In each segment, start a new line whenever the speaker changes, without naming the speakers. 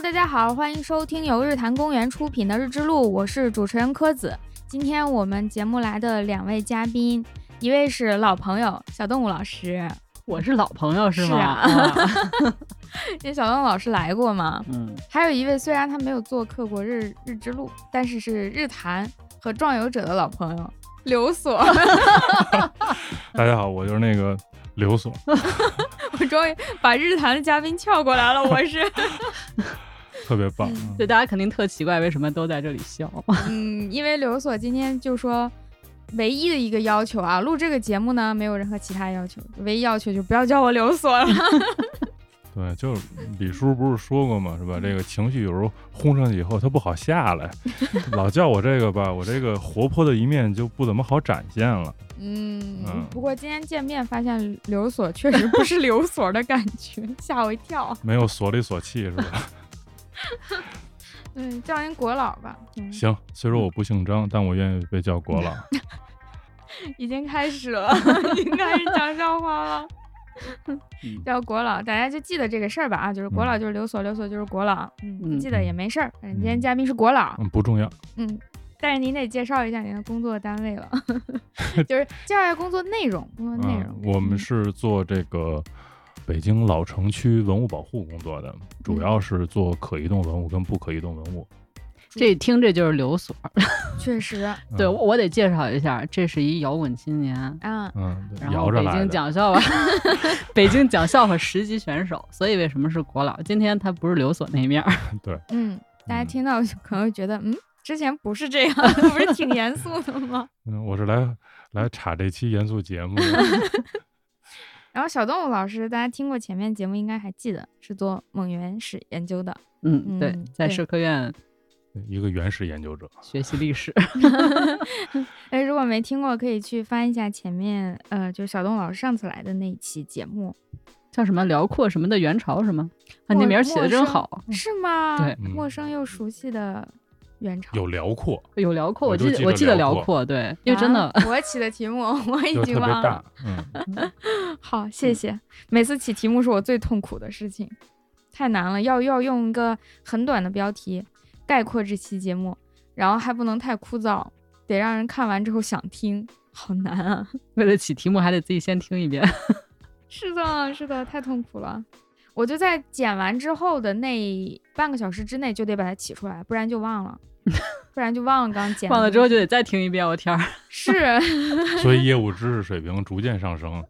大家好，欢迎收听由日坛公园出品的《日之路》，我是主持人柯子。今天我们节目来的两位嘉宾，一位是老朋友小动物老师，
我是老朋友是
是
吗？
啊
啊
因为小动物老师来过嘛。
嗯，
还有一位虽然他没有做客过日日之路，但是是日坛和壮游者的老朋友刘所。
大家好，我就是那个 刘所，
我终于把日坛的嘉宾撬过 来了，我是
特别棒。嗯
对，大家肯定特奇怪，为什么都在这里笑？
嗯，因为刘所今天就说，唯一的一个要求啊，录这个节目呢没有任何其他要求，唯一要求就不要叫我刘所了。
对，就是李叔不是说过嘛，是
嗯
吧？这个情绪有时候轰上去以后，他不好 下来，老叫我这个吧，我这个活泼的一面就不怎么好展现了。
嗯
嗯，
不过今天见面发现刘所确实不是刘所的感觉， 吓我一跳。
没有所里所气，是吧？
嗯，叫您国老吧。嗯，
行，虽说我不姓张，但我愿意被叫国老。
嗯
已经开始 了，已经开始讲笑话了。
嗯
叫国老，大家就记得这个事儿吧啊，就是国老
嗯
就是刘所，刘所就是国老，嗯，不
嗯
记得也没事儿。反正今天嘉宾是国老，
嗯，不 重
哦
要。
嗯，但是您得介绍一下您的工作单位了，就是介绍一下工作内容，工作内容
嗯，。我们是做这个北京老城区文物保护工作的，
嗯
主要是做可移动文物跟不可移动文物。
这听着就是刘所。
确实，啊
嗯
对，我我得介绍一下，这是一摇滚青年，
啊，
嗯，对
然后
摇着
北
来的。
京讲笑话， 北京讲笑话十级选手，所以为什么是国老？今天他不是刘所那面儿，
嗯，大家
嗯
听到可能会觉得，嗯，之前不是这样的，不是挺严肃的吗？
嗯，我是来来查这期严肃节目的
然后小动物老师，大家听过前面节目应该还记得，是做锰原始研究的。
嗯，对
嗯，
在
对
社科院
一个原始研究者。
学习历史，
哎，如果没听过，可以去翻一下前面，呃，就是小动物老师上次来的那一期节目，
叫什么辽阔什么的元朝什么啊？
陌
你名儿起的真
陌生
好，
是吗？
对
嗯
陌生又熟悉的元朝。
有辽阔，
有辽阔，
我就
记得
记
我
着
记得
辽
辽
阔
阔，对，因为真的
啊，我起的题目 我已
就
经
特别
忘
大
了。，
嗯，
好，
嗯
谢谢。每次起题目是我最痛苦的事情，太难了，要要用一个很短的标题概括这期节目，然后还不能太枯燥，得让人看完之后想听，好难啊！
为了起题目还得自己先听一遍。
是的，是的，太痛苦了。我就在剪完之后的那半个小时之内就得把它起出来，不然就忘了，不然就忘了刚剪。
忘了之后就得再听一遍。我天儿，
是。
所以业务知识水平逐渐上升。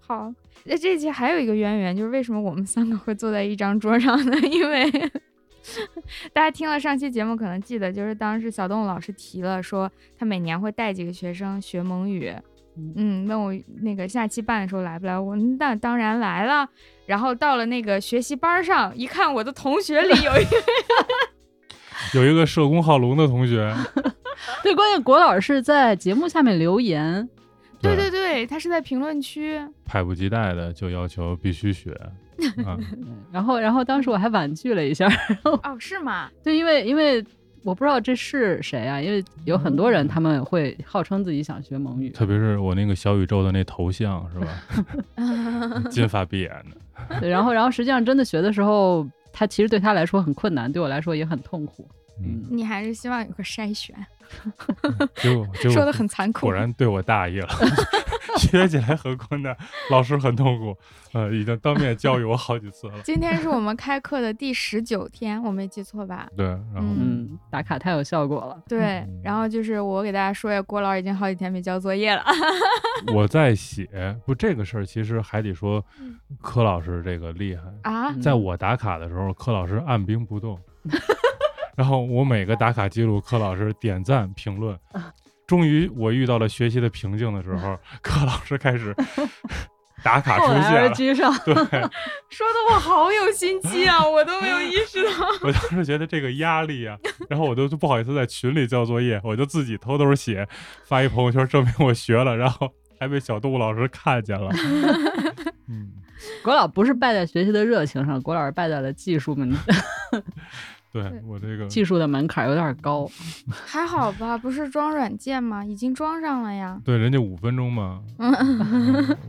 好，那这一期还有一个渊源，就是为什么我们三个会坐在一张桌上呢？ 因为大家听了上期节目，可能记得，就是当时小动物老师提了，说他每年会带几个学生学蒙语。嗯，问我那个下期办的时候来不来？我说那当然来了。然后到了那个学习班上，一看我的同学里有一个
有一个社工好龙的同学，
对，关键国老师在节目下面留言，
对对对，他是在评论区，
迫不及待的就要求必 须学。啊，
然后然后当时我还婉拒了一下，
哦，是吗？
对，因为因为我不知道这是谁啊，因为有很多人他们会号称自己想学蒙语，
特别是我那个小宇宙的那头像是吧？ 金发碧眼的，
对，然后然后实际上真的学的时候，他其实对他来说很困难，对我来说也很痛苦。
嗯，
嗯，
你还是希望有个筛选，
结果结
说的
果
很残酷。
果然对我大意了， 学起来很困难，老师很痛苦，呃，已经当面教育我好几次了。
今天是我们开课的第十九天，我没记错吧？
对，然后
嗯，打卡太有效果了。
对
嗯，
然后就是我给大家说一下，郭老已经好几天没交作业了。
我在写，不，这个事儿其实还得说柯老师这个厉害。
啊，
嗯
在我打卡的时候，柯老师按兵 不动，然后我每个打卡记录，柯老师点赞评论。
啊
终于，我遇到了学习的瓶颈的 时候，柯老师开始打啊卡
后
出
来
现
而
了。
居上，
对，
说的我好有心机啊，我都没有意识 到。
我当时觉得这个压力啊，然后我都就不好意思在群里交作业，我就自己偷偷写，发一朋友圈证明我学了，然后还被小动物老师看 见了。嗯。
国老不是败在学习的热情上，国老是败在了技术门
嗯对
对
我这个
技术的门槛有点高。
还好吧，不是装软件吗？已经装上了呀。
对人家 五分钟嘛，嗯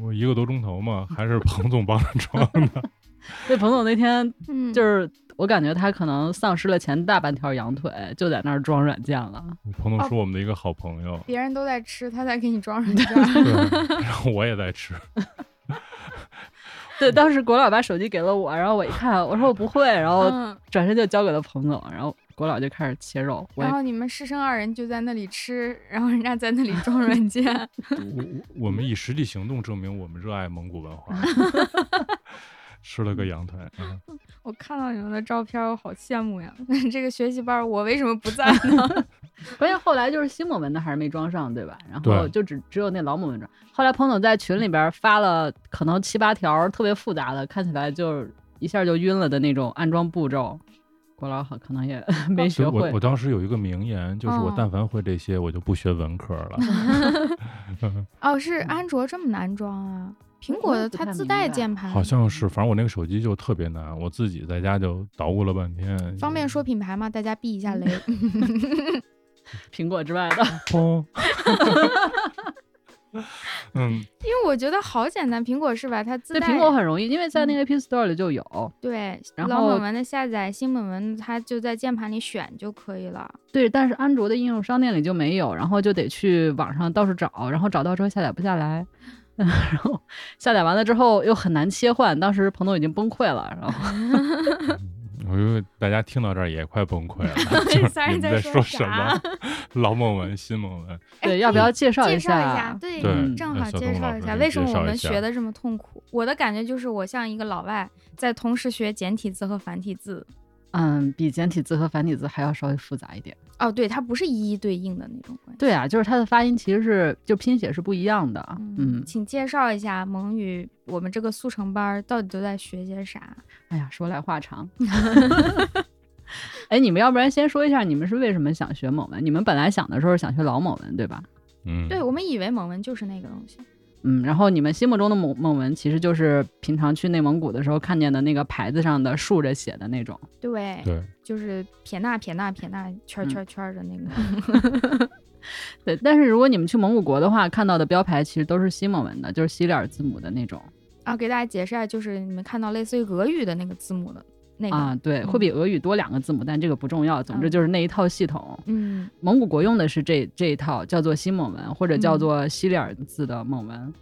我一个多钟头嘛，还是彭总帮着装的。
对，彭总那天
嗯，
就是我感觉他可能丧失了前大半条羊腿，就在那儿装软件了。
彭
哦
总是我们的一个好朋友，
别人都在吃，他在给你 装软件儿。
对，然后我也在吃，
嗯
对，当时国老把手机给了我，然后我一看，我说我不会，然后
嗯，
转身就交给了彭总，然后国老就开始切肉，我也
然后你们师生二人就在那里吃，然后人家在那里装软件。
我我我们以实际行动证明我们热爱蒙古 文化，吃了个羊腿，嗯
我看到你们的照片，我好羡慕呀！ 这个学习班儿我为什么不在呢？
关键后来就是新某文的还是没装上，对吧？然后
对
就只只有那老某文装。后来彭总在群里边发了可能七八条特别复杂的，看起来就是一下就晕了的那种安装步骤，郭老好可能也
哦
没学
所以我
会
我。当时有一个名言，就是我
嗯
但凡会这些，我就不学文科了。
哦，是安卓这么难装啊？苹果
嗯我也
的
不
它
太
自
明
带
白
键盘，
好像是，反正我那个手机就特别难，我自己在家就捣鼓了半天。
方便说品牌吗？大家避一下 雷。
苹果之外的，
砰。 嗯，
因为我觉得好简单，苹果是吧？它自
对
带
苹果很容易，因为在那个 App Store 里就有。
对
然
老
后
本文的下载，新本文它就在键盘里选就可以了。
对，但是安卓的应用商店里就没有，然后就得去网上到处找，然后找到之后下载不下来， 然后下载完了之后又很难切换，当时彭总已经崩溃了，然后
我觉得大家听到这儿也快崩 溃了，就是
仨人
你们
在
在
说
说
啥
什么？ 老猛文、新猛文，
哎
对，要不要介绍
介
一
绍
下
一
啊？
下，对，
对
嗯正
那
好
小
介
东
绍
老
一
师
下，
给
为
介
什么我
绍一
们
下
学的这么痛苦？我的感觉就是，我像一个老外在同时学简体字和繁体字。
嗯，比简体字和繁体字还要稍微复杂一点。
哦，对，它不是一一对应的那种关系。
对啊，就是它的发音其实是就拼写是不一样的。嗯，
请介绍一下蒙语，我们这个速成班儿到底都在学些啥？
哎呀，说来话长。 哎，你们要不然先说一下你们是为什么想学蒙文？你们本来想的时候想学老蒙文，对吧？
嗯，
对我们以为蒙文就是那个东西，
嗯，然后你们心目中的蒙蒙文，其实就是平常去内蒙古的时候看见的那个牌子上的竖着写的那种。
对，
对，
就是撇捺撇捺撇捺圈儿
嗯
圈儿圈儿的那个。
对，但是如果你们去蒙古国的话，看到的标牌其实都是西蒙文的，就是西里尔字母的那种
啊，给大家解释一下，就是你们看到类似于俄语的那个字母的那个，
啊。对，会比俄语多两个字母，但这个不重要。总之
嗯
就是那一套系统。
嗯，
蒙古国用的是这这一套，叫做西蒙文或者
嗯
叫做西里尔字的蒙文。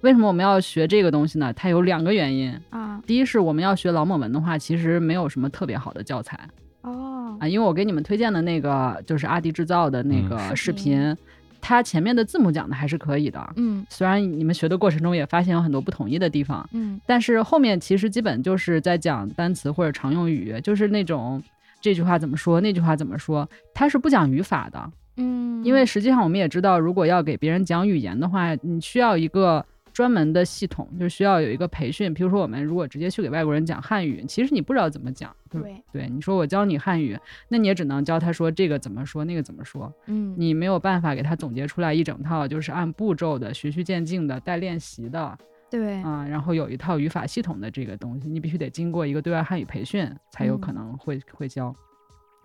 为什么我们要学这个东西呢？它有两个原因。
啊，
第一是我们要学老蒙文的话，其实没有什么特别好的教材
哦，
啊，因为我给你们推荐的那个就是阿迪制造的那
嗯
个
视
视
频
频，它前面的字母讲的还是可以的。
嗯
虽然你们学的过程中也发现有很多不统一的地方，
嗯
但是后面其实基本就是在讲单词或者常用语，就是那种这句话怎么说，那句话怎么说，它是不讲语法的。
嗯，
因为实际上我们也知道，如果要给别人讲语言的话，你需要一个专门的系统，就是需要有一个培训。比如说，我们如果直接去给外国人讲汉语，其实你不知道怎么讲，对吧
对，
对，你说我教你汉语，那你也只能教他说这个怎么说，那个怎么说，
嗯，
你没有办法给他总结出来一整套，就是按步骤的、循序渐进的、带练习的啊、
对，
然后有一套语法系统的这个东西，你必须得经过一个对外汉语培训，才有可
嗯
能会、会教。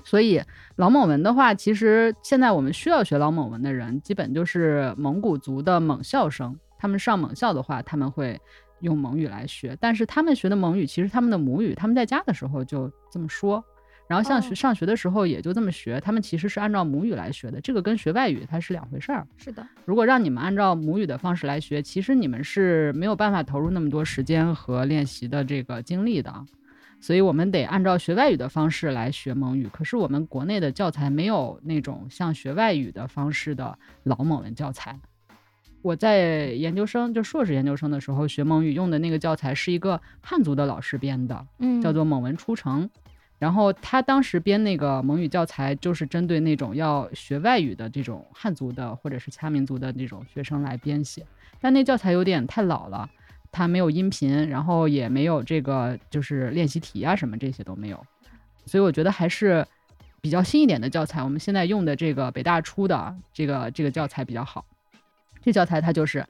所以老蒙文的话，其实现在我们需要学老蒙文的人，基本就是蒙古族的蒙校生。他们上蒙校的话，他们会用蒙语来学，但是他们学的蒙语其实他们的母语，他们在家的时候就这么说。然后像学、
哦
上学的时候也就这么学，他们其实是按照母语来学的，这个跟学外语它是两回事儿。
是的，
如果让你们按照母语的方式来学，其实你们是没有办法投入那么多时间和练习的这个精力的。所以我们得按照学外语的方式来学蒙语。可是我们国内的教材没有那种像学外语的方式的老蒙文教材。我在研究生，就硕士研究生的时候学蒙语用的那个教材是一个汉族的老师编的，
嗯，
叫做《蒙文出城》。然后他当时编那个蒙语教材，就是针对那种要学外语的这种汉族的或者是其他民族的这种学生来编写，但那教材有点太老了，它没有音频，然后也没有这个就是练习题啊什么这些都没有，所以我觉得还是比较新一点的教材，我们现在用的这个北大出的这个这个教材比较好。这教材它就是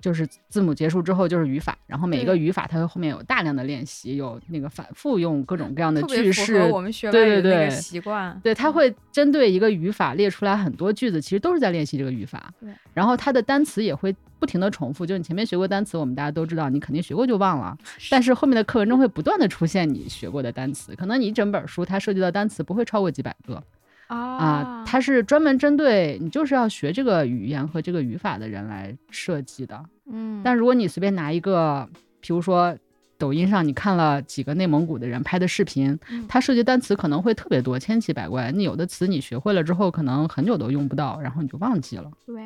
就是字母结束之后就是语法，然后每一个
对
语法它会后面有大量的练习，有那个反复用各种各样的
特别
句
符合
式。
我们学外
对
语的
对
那个
对
习惯，
对，它
嗯
会针对一个语法列出来很多句子，其实都是在练习这个语法
对。
然后它的单词也会不停的重复，就是你前面学过单词，我们大家都知道，你肯定学过就忘了，
嗯
但是后面的课文中会不断的出现你学过的单词，可能你一整本书它涉及到单词不会超过几百个啊，它是专门针对你就是要学这个语言和这个语法的人来设计的。
嗯，
但如果你随便拿一个，比如说抖音上你看了几个内蒙古的人拍的视频，
嗯
它涉及单词可能会特别多，千奇百怪。你有的词你学会了之后，可能很久都用不到，然后你就忘记了。
对，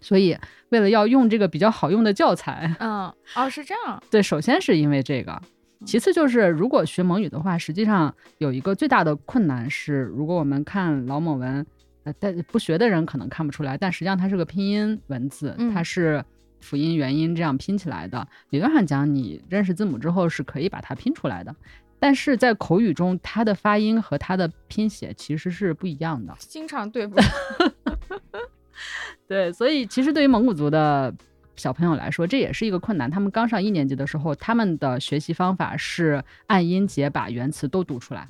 所以为了要用这个比较好用的教材，
嗯，哦，是这样，
对，首先是因为这个。其次就是，如果学蒙语的话，实际上有一个最大的困难是，如果我们看老蒙文，呃，但不学的人可能看不出来，但实际上它是个拼音文字，
嗯
它是辅音、元音这样拼起来的。理论上讲，你认识字母之后是可以把它拼出来的，但是在口语中，它的发音和它的拼写其实是不一样的。
经常对 不上
对，所以其实对于蒙古族的小朋友来说，这也是一个困难。他们刚上一年级的时候，他们的学习方法是按音节把原词都读出来，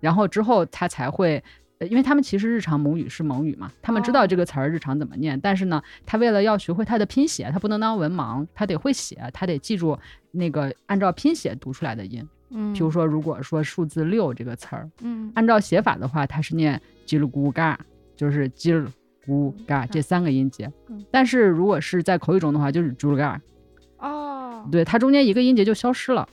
然后之后他才会。呃因为他们其实日常母语是蒙语嘛，他们知道
哦
这个词儿日常怎么念，但是呢，他为了要学会它的拼写，他不能当文盲，他得会写，他得记住那个按照拼写读出来的音。
嗯，
比如，说，如果说数字六这个词儿，
嗯，
按照写法的话，它是念吉鲁咕嘎，就是吉鲁咕嘎这三个音节
嗯。
但是如果是在口语中的话，就是朱鲁嘎，
哦，
对，它中间一个音节就消失了。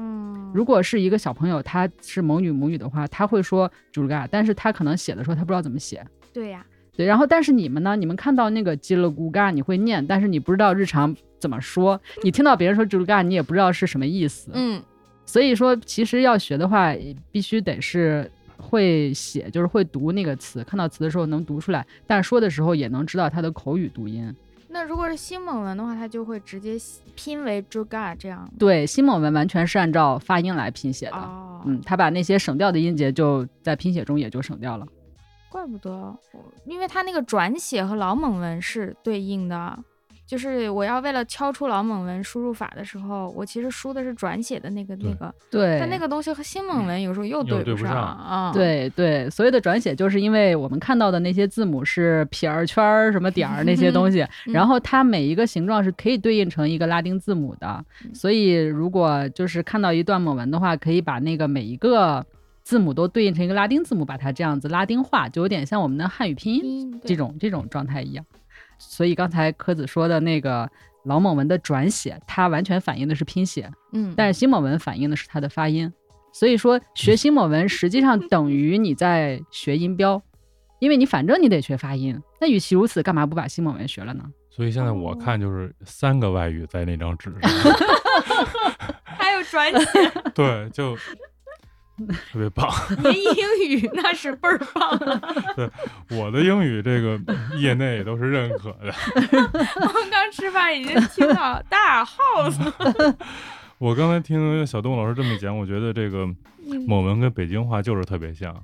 嗯，
如果是一个小朋友，他是蒙语母语的话，他会说朱鲁嘎，但是他可能写的时候他不知道怎么写。
对呀，
对，然后但是你们呢？你们看到那个吉鲁咕嘎，你会念，但是你不知道日常怎么说。你听到别人说朱鲁嘎，你也不知道是什么意思。
嗯，
所以说，其实要学的话，必须得是会写，就是会读那个词，看到词的时候能读出来，但说的时候也能知道它的口语读音。
那如果是新蒙文的话，它就会直接写拼为 juga 这样，
对，新蒙文完全是按照发音来拼写的。
哦，
嗯，他把那些省掉的音节就在拼写中也就省掉了。
怪不得我，因为它那个转写和老蒙文是对应的，就是我要为了敲出老蒙文输入法的时候，我其实输的是转写的那个那
对嗯
个，
对，
但那个东西和新蒙文有时候又
又对
不
不上
啊。，，
对对，所谓的转写，就是因为我们看到的那些字母是撇儿、圈儿、什么点儿那些东西
嗯
然后它每一个形状是可以对应成一个拉丁字母的。
嗯
所以如果就是看到一段某文的话，可以把那个每一个字母都对应成一个拉丁字母，把它这样子拉丁化，就有点像我们的汉语拼音
嗯
这，种这种状态一样。所以刚才柯子说的那个老蒙文的转写，它完全反映的是拼写。
对嗯，
但是新蒙文反映的是它的发音，所以说学新蒙文实际上等于你在学音标，因为你反正你得学发音。那与其如此，干嘛不把新蒙文学了呢？
所以现在我
哦
看就是三个外语在那张 纸上，
还有转写
对， 就特别棒。
您英语那是倍儿棒 了。
我的英语这个业内也都是认可的。
刚刚吃饭已经听到大 house，
我刚才听小东老师这么一讲，我觉得这个
嗯
蒙文跟北京话就是特别 像，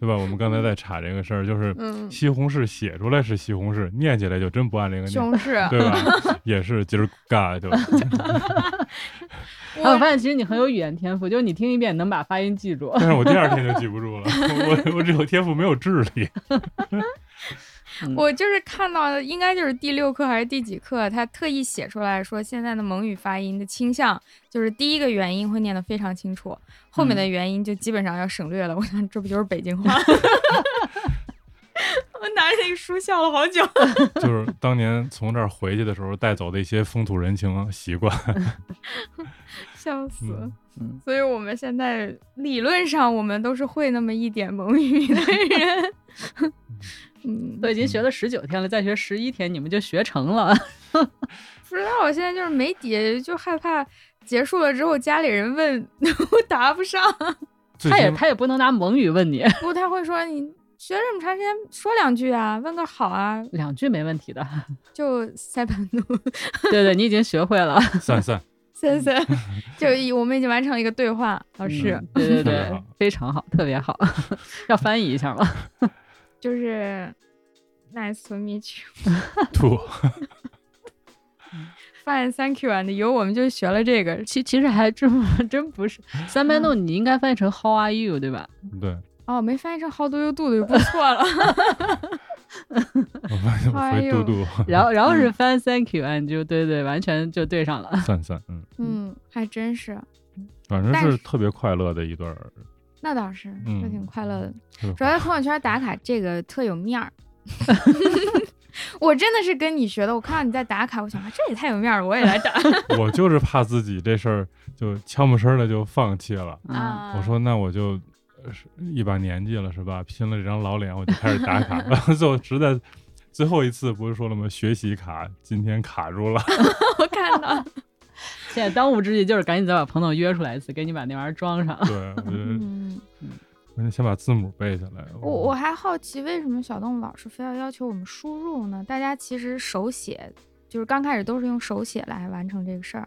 对吧？我们刚才在查这个事儿，就是
嗯，
西红柿写出来是西红柿，念起来就真不按这个
西
念，
红柿，
对 吧？也是今儿嘎就
哎，我
我
发现其实你很有语言天赋，就是你听一遍能把发音记住。
但是我第二天就记不住了，我我只有天赋没有智力。
我就是看到，应该就是第六课还是第几课，他特意写出来说，现在的蒙语发音的倾向就是第一个元音会念得非常清楚，后面的元音就基本上要省略了。我想这不就是北京话？我拿着那个书笑了好久。
就是当年从这儿回去的时候带走的一些风土人情习惯。
笑死！
嗯
嗯
所以我们现在理论上我们都是会那么一点蒙语的人。 嗯，
都已经学了十九天了，再学十一天你们就学成了。
不知道我现在就是没底，就害怕结束了之后家里人问 我答不上，
最
他也
起
他也不能拿蒙语问你，
不他会说你学这么长时间说两句啊，问个好啊，
两句没问题 的。
就塞班奴
对对，你已经学会了，
散散，
森森，就已我们已经完成了一个对话，老师。
嗯对对
特别
对
好，
非常好，特别 好，要翻译一下吗？
就是 nice to meet you,
吐
fine, thank you and you，我们就学了这个。
其其实还真不真不是三班豆，你应该翻译成 How are you，对吧？
对。
哦，没翻译成 how do you do 就不错了。
我发现我
哎
会
呦
嘟嘟，
然后然后是 fan thank you and 就对对，完全就对上了。
散散，嗯，
嗯，还真是，
反正
但
是
是
特别快乐的一段儿，
那倒是，
嗯
是挺快乐的。
特别
主
快
要在朋友圈打卡这个特有面儿。我真的是跟你学的，我看到你在打卡，我想啊，这也太有面儿了，我也来打
我就是怕自己这事儿就悄没声儿的就放弃了。
啊，
啊！
我说那我就呃是一把年纪了是吧？拼了这张老脸，我就开始打卡。 然后最后实在最后一次不是说了吗？学习卡今天卡住了，
我看到，
现在当务之急就是赶紧再把彭总约出来一次，给你把那玩意儿装上。
对，我就
嗯，
我就先把字母背下来。
我我还好奇为什么小动物老师非要要求我们输入呢？大家其实手写，就是刚开始都是用手写来完成这个事儿，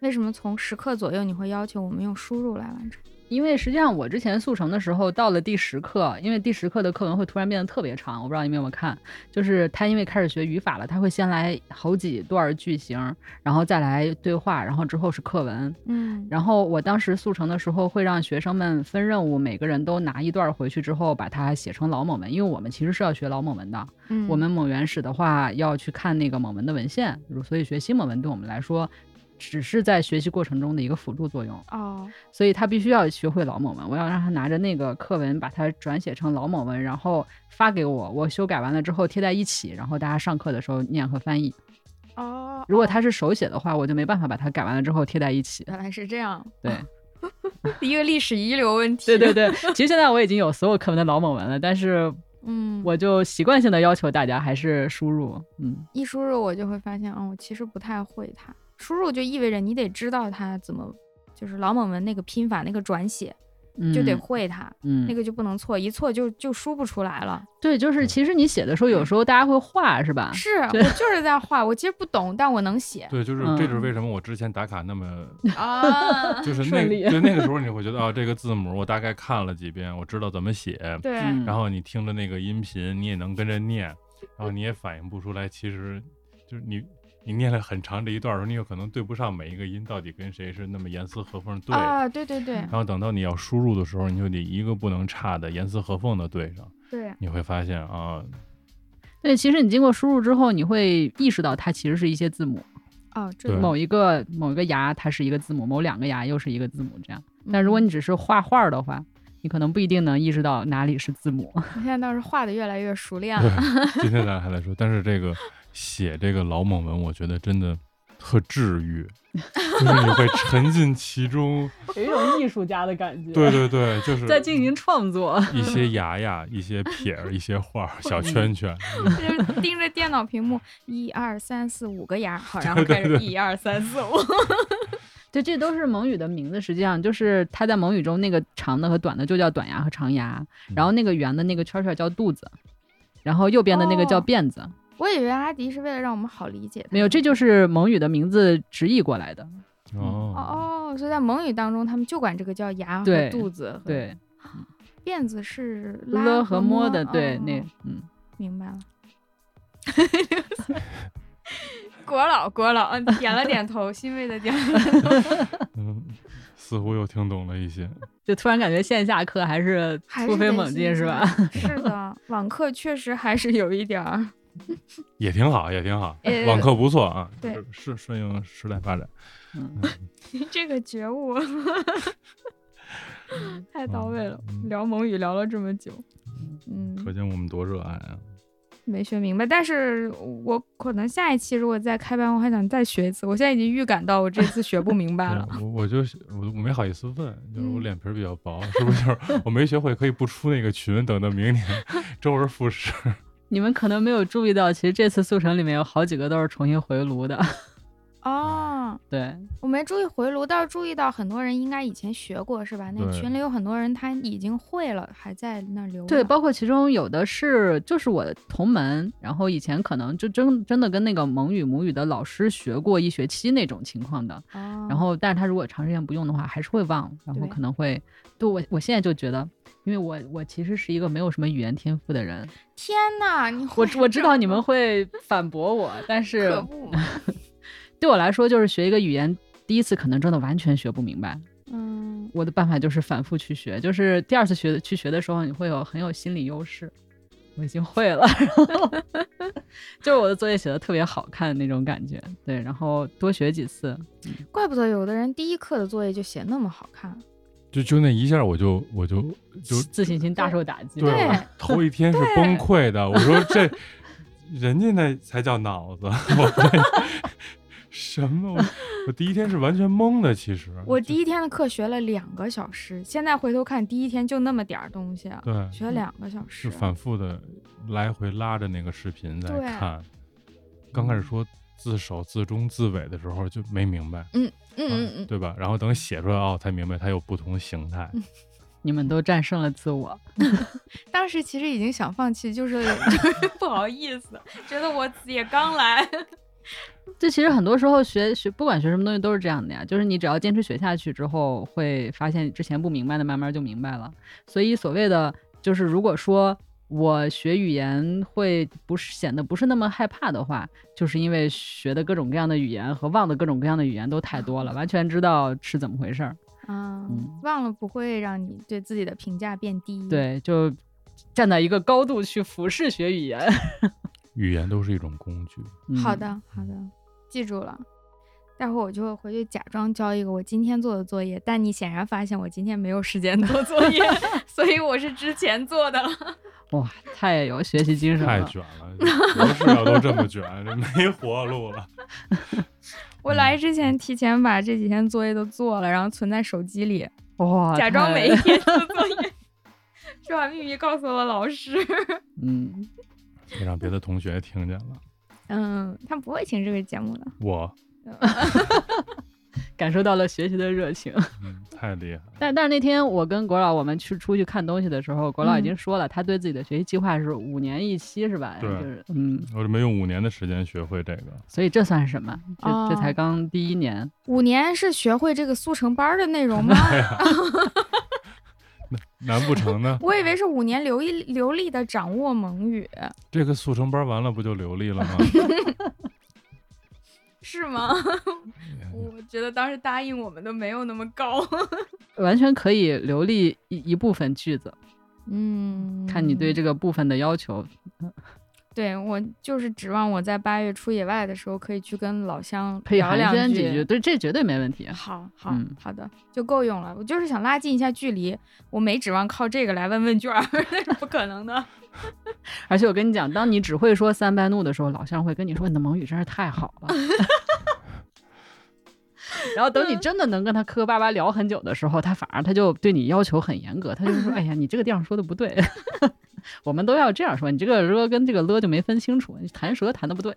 为什么从时刻左右你会要求我们用输入来完成？
因为实际上我之前速成的时候，到了第十课，因为第十课的课文会突然变得特别长，我不知道你们有没有看，就是他因为开始学语法了，他会先来好几段句型，然后再来对话，然后之后是课文。
嗯，
然后我当时速成的时候，会让学生们分任务，每个人都拿一段回去之后，把它写成老某文，因为我们其实是要学老某文的。我们某原始的话要去看那个某文的文献，所以学习某文对我们来说，只是在学习过程中的一个辅助作用。
哦，
所以他必须要学会老某文，我要让他拿着那个课文把它转写成老某文，然后发给我，我修改完了之后贴在一起，然后大家上课的时候念和翻译。
哦，
如果
哦
他是手写的话，我就没办法把它改完了之后贴在一起。
原来是这样，
对，
一个历史遗留问题，
对对，对，其实现在我已经有所有课文的老某文了，但是
嗯，
我就习惯性的要求大家还是输入，嗯。
一输入我就会发现，嗯，我其实不太会它。输入就意味着你得知道它怎么，就是老蒙文那个拼法、那个转写，就得
嗯
会它，
嗯，
那个就不能错，一错就就输不出来了。
对，就是
嗯
其实你写的时候，有时候大家会画，嗯啊是吧？
是我
对
就是在画，我其实不懂，但我能 写
对，就是
嗯
这就是为什么我之前打卡那么，
啊。
就是那
顺利
对那个时候你会觉得啊，这个字母我大概看了几遍，我知道怎么写，
对，
嗯
然后你听着那个音频，你也能跟着念，然后你也反应不出来，其实就是你你念了很长这一段儿的时候，你有可能对不上每一个音到底跟谁是那么严丝合缝地对的。
啊，对对对
嗯
然后等到你要输入的时候，你就得一个不能差的严丝合缝的对上，
对，
你会发现啊，
对，其实你经过输入之后，你会意识到它其实是一些字母，
哦，这
对
个
某一个某一个牙它是一个字母，某两个牙又是一个字母这样。
嗯
但如果你只是画画儿的话，你可能不一定能意识到哪里是字母。
我现在倒是画的越来越熟练了，
对， 今天咱还在说，但是这个写这个老蒙文，我觉得真的特治愈，就是你会沉浸其中，
有一种艺术家的感觉
对，对对，就是
行创作。
一些牙牙，一些撇儿，一些画儿，小圈圈，
就是盯着电脑屏幕，一二三四五个牙，好，然后开始一二三四五，
对，这都是蒙语的名字。实际上就是它在蒙语中那个长的和短的就叫短牙和长牙，然
嗯
后那个圆的那个圈圈叫肚子，然后右边的那个叫
哦
辫子。
我以为阿迪是为了让我们好理解它
没有，这就是蒙语的名字直译过来的。
哦，
哦哦，所以在蒙语当中，他们就管这个叫牙和
对
肚子，，
对，
辫子是拉
了和摸
摸
的，对，
哦
那嗯，
明白了。国老，国老，嗯，点了点头，欣慰的点了点头，
嗯，似乎又听懂了一些，
就突然感觉线下课还是
还
突
是
飞
得
猛进，
欣
是
赏
吧？？
是的，网课确实还是有一点儿，
也挺好，也挺好
呃，
网课不错啊，
对
是，是顺应时代发展。
嗯，
这个觉 悟 太到位了。
嗯
聊蒙语聊了这么久，嗯，
可见我们多热爱啊！
没学明白，但是我可能下一期如果再开班，我还想再学一次。我现在已经预感到我这次学不明白了。
我我就是我我没好意思问，就是我
嗯
脸皮儿比较薄， 是不是？就是我没学会可以不出那个群，等到 明年周而复始。
你们可能没有注意到，其实这次速成里面有好几个都是重新回炉的。
哦，
对，
我没注意回炉，倒是注意到很多人应该以前学过是吧？那
对
群里有很多人他已经会了，还在那儿留着。
对，包括其中有的是就是我的同门，然后以前可能就真真的跟那个蒙语母语的老师学过一学期那种情况的。
哦、
然后，但是他如果长时间不用的话，还是会忘，然后
对
可能会，对我我现在就觉得，因为我我其实是一个没有什么语言天赋的人，
天哪， 你会
我我知道
这
你们会反驳我，但是
可不嘛，
对我来说，就是学一个语言，第一次可能真的完全学不明白。
嗯，
我的办法就是反复去学，就是第二次学去学的时候，你会有很有心理优势。我已经会了， 然后就是我的作业写的特别好看那种感觉，对，然后多学几次，
怪不得有的人第一课的作业就写那么好
嗯
看。
就就那一下，我就我就就
自信心大受打击，
对，我头一天是崩溃的。我说这人家那才叫脑子， 我这什么？我我第一天是完全懵的。其实
我第一天的课学了两个小时，现在回头看，第一天就那么点儿东西啊，
对
学了两个小时
是。反复的来回拉着那个视频在
啊对啊嗯
看。刚开始说自首、自中、自伪的时候就没明白，啊
嗯嗯嗯，
对吧？然后等写出来哦，才明白它有不同形态。
你们都战胜了自我，
当时其实已经想放弃，就是就是 不好意思，觉得我也刚来。
这其实很多时候学学不管学什么东西都是这样的呀，就是你只要坚持学下去之后，会发现之前不明白的慢慢就明白了。所以所谓的就是，如果说我学语言会不是显得不是那么害怕的话，就是因为学的各种各样的语言和忘的各种各样的语言都太多了，完全知道是怎么回事儿。
啊
嗯，
忘了不会让你对自己的评价变低。，
对，就站在一个高度去俯视学语言。
语言都是一种工具，
好
嗯，
的好的，记住了。待会儿我就回去假装交一个我今天做的作业，但你显然发现我今天没有时间做作业， 所以我是之前做的了。
哇，嗯太有学习精神
太
了。
卷了，博士要都这么卷，这没活 路了。
我来
嗯
之前提前把这几天作业都做了，然后存在手机里，
哇，
假装
太
每一天做作业， 就把秘密告诉了老师。
嗯，
别让别的同学听见了，
嗯，他不会听这个节目的。
我、
感受到了学习的热情。
嗯、太厉害了。
但但是那天我跟国老我们去出去看东西的时候，国老已
嗯
经说了，他对自己的学习计划是五年一期，是吧？
对
就是嗯，
我准备用五年的时间学会这个，
所以这算什么？这、这
哦
才刚第一年，
五年是学会这个速成班儿的内容吗？？
难不成呢
我以为是五年流利流利的掌握蒙语，
这个速成班完了不就流利了 吗？
是吗？我觉得当时答应我们的没有那么高。
完全可以流利一一部分句子，
嗯，
看你对这个部分的要求。
对我就是指望我在八月出野外的时候可以去跟老乡
可以
聊
寒
两
暄几句，对，这绝对没问题。
好好、
嗯
好的，就够用了。我就是想拉近一下距离，我没指望靠这个来问问卷儿， 那是不可能的。
而且我跟你讲，当你只会说三拜怒的时候，老乡会跟你说你的蒙语真是太好了。 然后等你真的能跟他磕磕巴巴聊很久的时候，他反而他就对你要求很严格，他就说：“哎呀，你这个地方说的不对， 我们都要这样说，你这个了跟这个了就没分清楚，你弹舌弹的不对。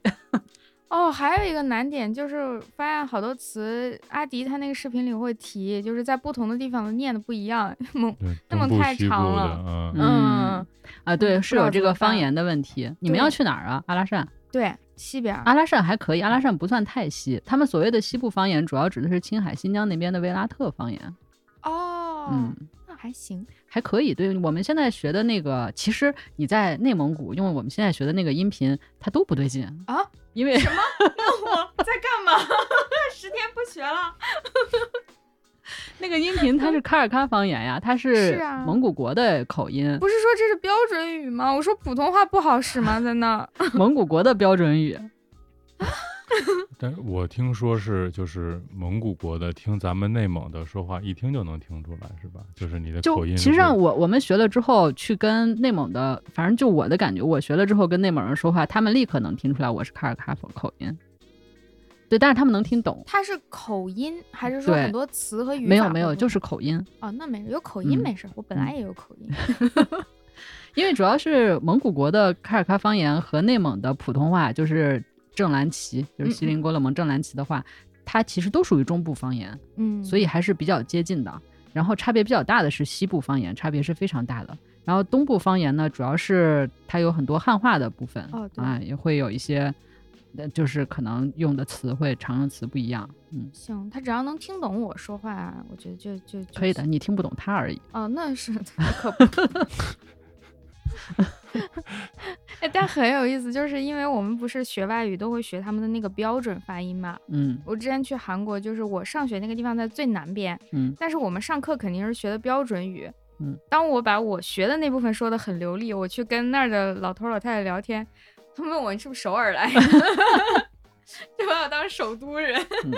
哦，还有一个难点就是发现好多词，阿迪他那个视频里会提，就是在不同的地方念的不一样。蒙
对，
那么
东部
太
西部
长
的，
嗯
嗯
嗯，
啊，
嗯
对，
不
是
知道
有这
怎么
个方
办
言的问题。你们要
对
去哪儿啊？阿拉善，
对西边儿
阿拉善还可以，阿拉善不算太西。他们所谓的西部方言，主要指的是青海、新疆那边的维拉特方言。
哦，
嗯。
那还行。
还可以。对我们现在学的那个，其实你在内蒙古用我们现在学的那个音频，它都不对劲
啊，
因 为
我在干嘛？ 十天不学了。
那个音频它是喀尔喀方言呀，它是
嗯是啊
蒙古国的口音，
不是说这是标准语吗？我说普通话不好使吗？在那儿
蒙古国的标准语。
但是我听说是就是蒙古国的，听咱们内蒙的说话，一听就能听出来，是吧？就是你的
就
口音是。
其实让我我们学了之后，去跟内蒙的，反正就我的感觉，我学了之后跟内蒙人说话，他们立刻能听出来我是喀尔喀口音。对，但是他们能听懂。
它是口音，还是说
对
很多词和语法
没有没有，
会不
就
同
是口音，
哦，那没事，有口音
嗯
没事，我本来也有口音。
因为主要是蒙古国的喀尔喀方言和内蒙的普通话，就是正蓝旗，
嗯
就是锡林郭勒盟正蓝旗的话，它其实都属于中部方言，
嗯，
所以还是比较接近的。然后差别比较大的是西部方言，差别是非常大的。然后东部方言呢，主要是它有很多汉化的部分，
哦对
啊，也会有一些，呃就是可能用的词汇、常用词不一样。嗯，
行，他只要能听懂我说话，我觉得就就就
可以的，
行
你听不懂它而已。
哦，那是可不。 哎，但很有意思，就是因为我们不是学外语都会学他们的那个标准发音嘛。
嗯
我之前去韩国，就是我上学那个地方在最南边，
嗯
但是我们上课肯定是学的标准语，
嗯，
当我把我学的那部分说的很流利，我去跟那儿的老头儿老太太聊天，他们问我你是不是首尔来的， 就把我当首都人。
嗯，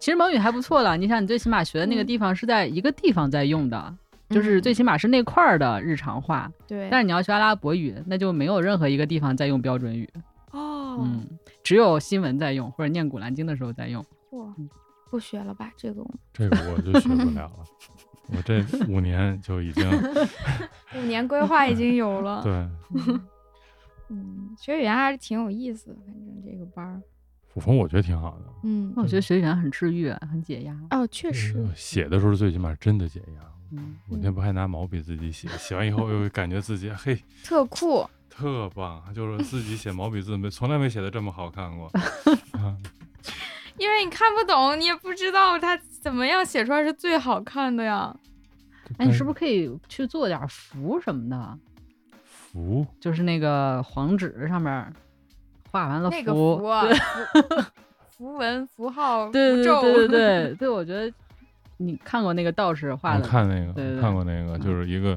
其实蒙语还不错了。你想，你最起码学的那个
嗯
地方是在一个地方在用的，就是最起码是那块儿的日常话。
嗯对，
但是你要学阿拉伯语，那就没有任何一个地方在用标准语，
哦，
嗯，只有新闻在用或者念古兰经的时候在用。
哇不学了吧这个我
这个我就学不了了。我这五年 就已经
五年规划已经有了。
对
嗯，学语言还是挺有意思的，反正这个班儿，
反正我觉得挺好的。
嗯
哦那，我觉得学语言很治愈，啊很解压。
哦，确实，
写的时候最起码真的解压。
嗯，
我那不还拿毛笔自己写，写完以后又感觉自己嘿
特酷。
特棒，啊就是自己写毛笔字没从来没写的这么好看 过。啊，
因为你看不懂，你也不知道它怎么样写出来是最好看的呀。
哎，你是不是可以去做点符什么的？
服？
就是那个黄纸上面儿画完了
那个
符
符 啊，符 符文、符号、
对
符
对
咒，
对对 对对，我觉得你看过那个道士画
我
的，
嗯看那
对对
个，
对嗯
我看过那个，就是一个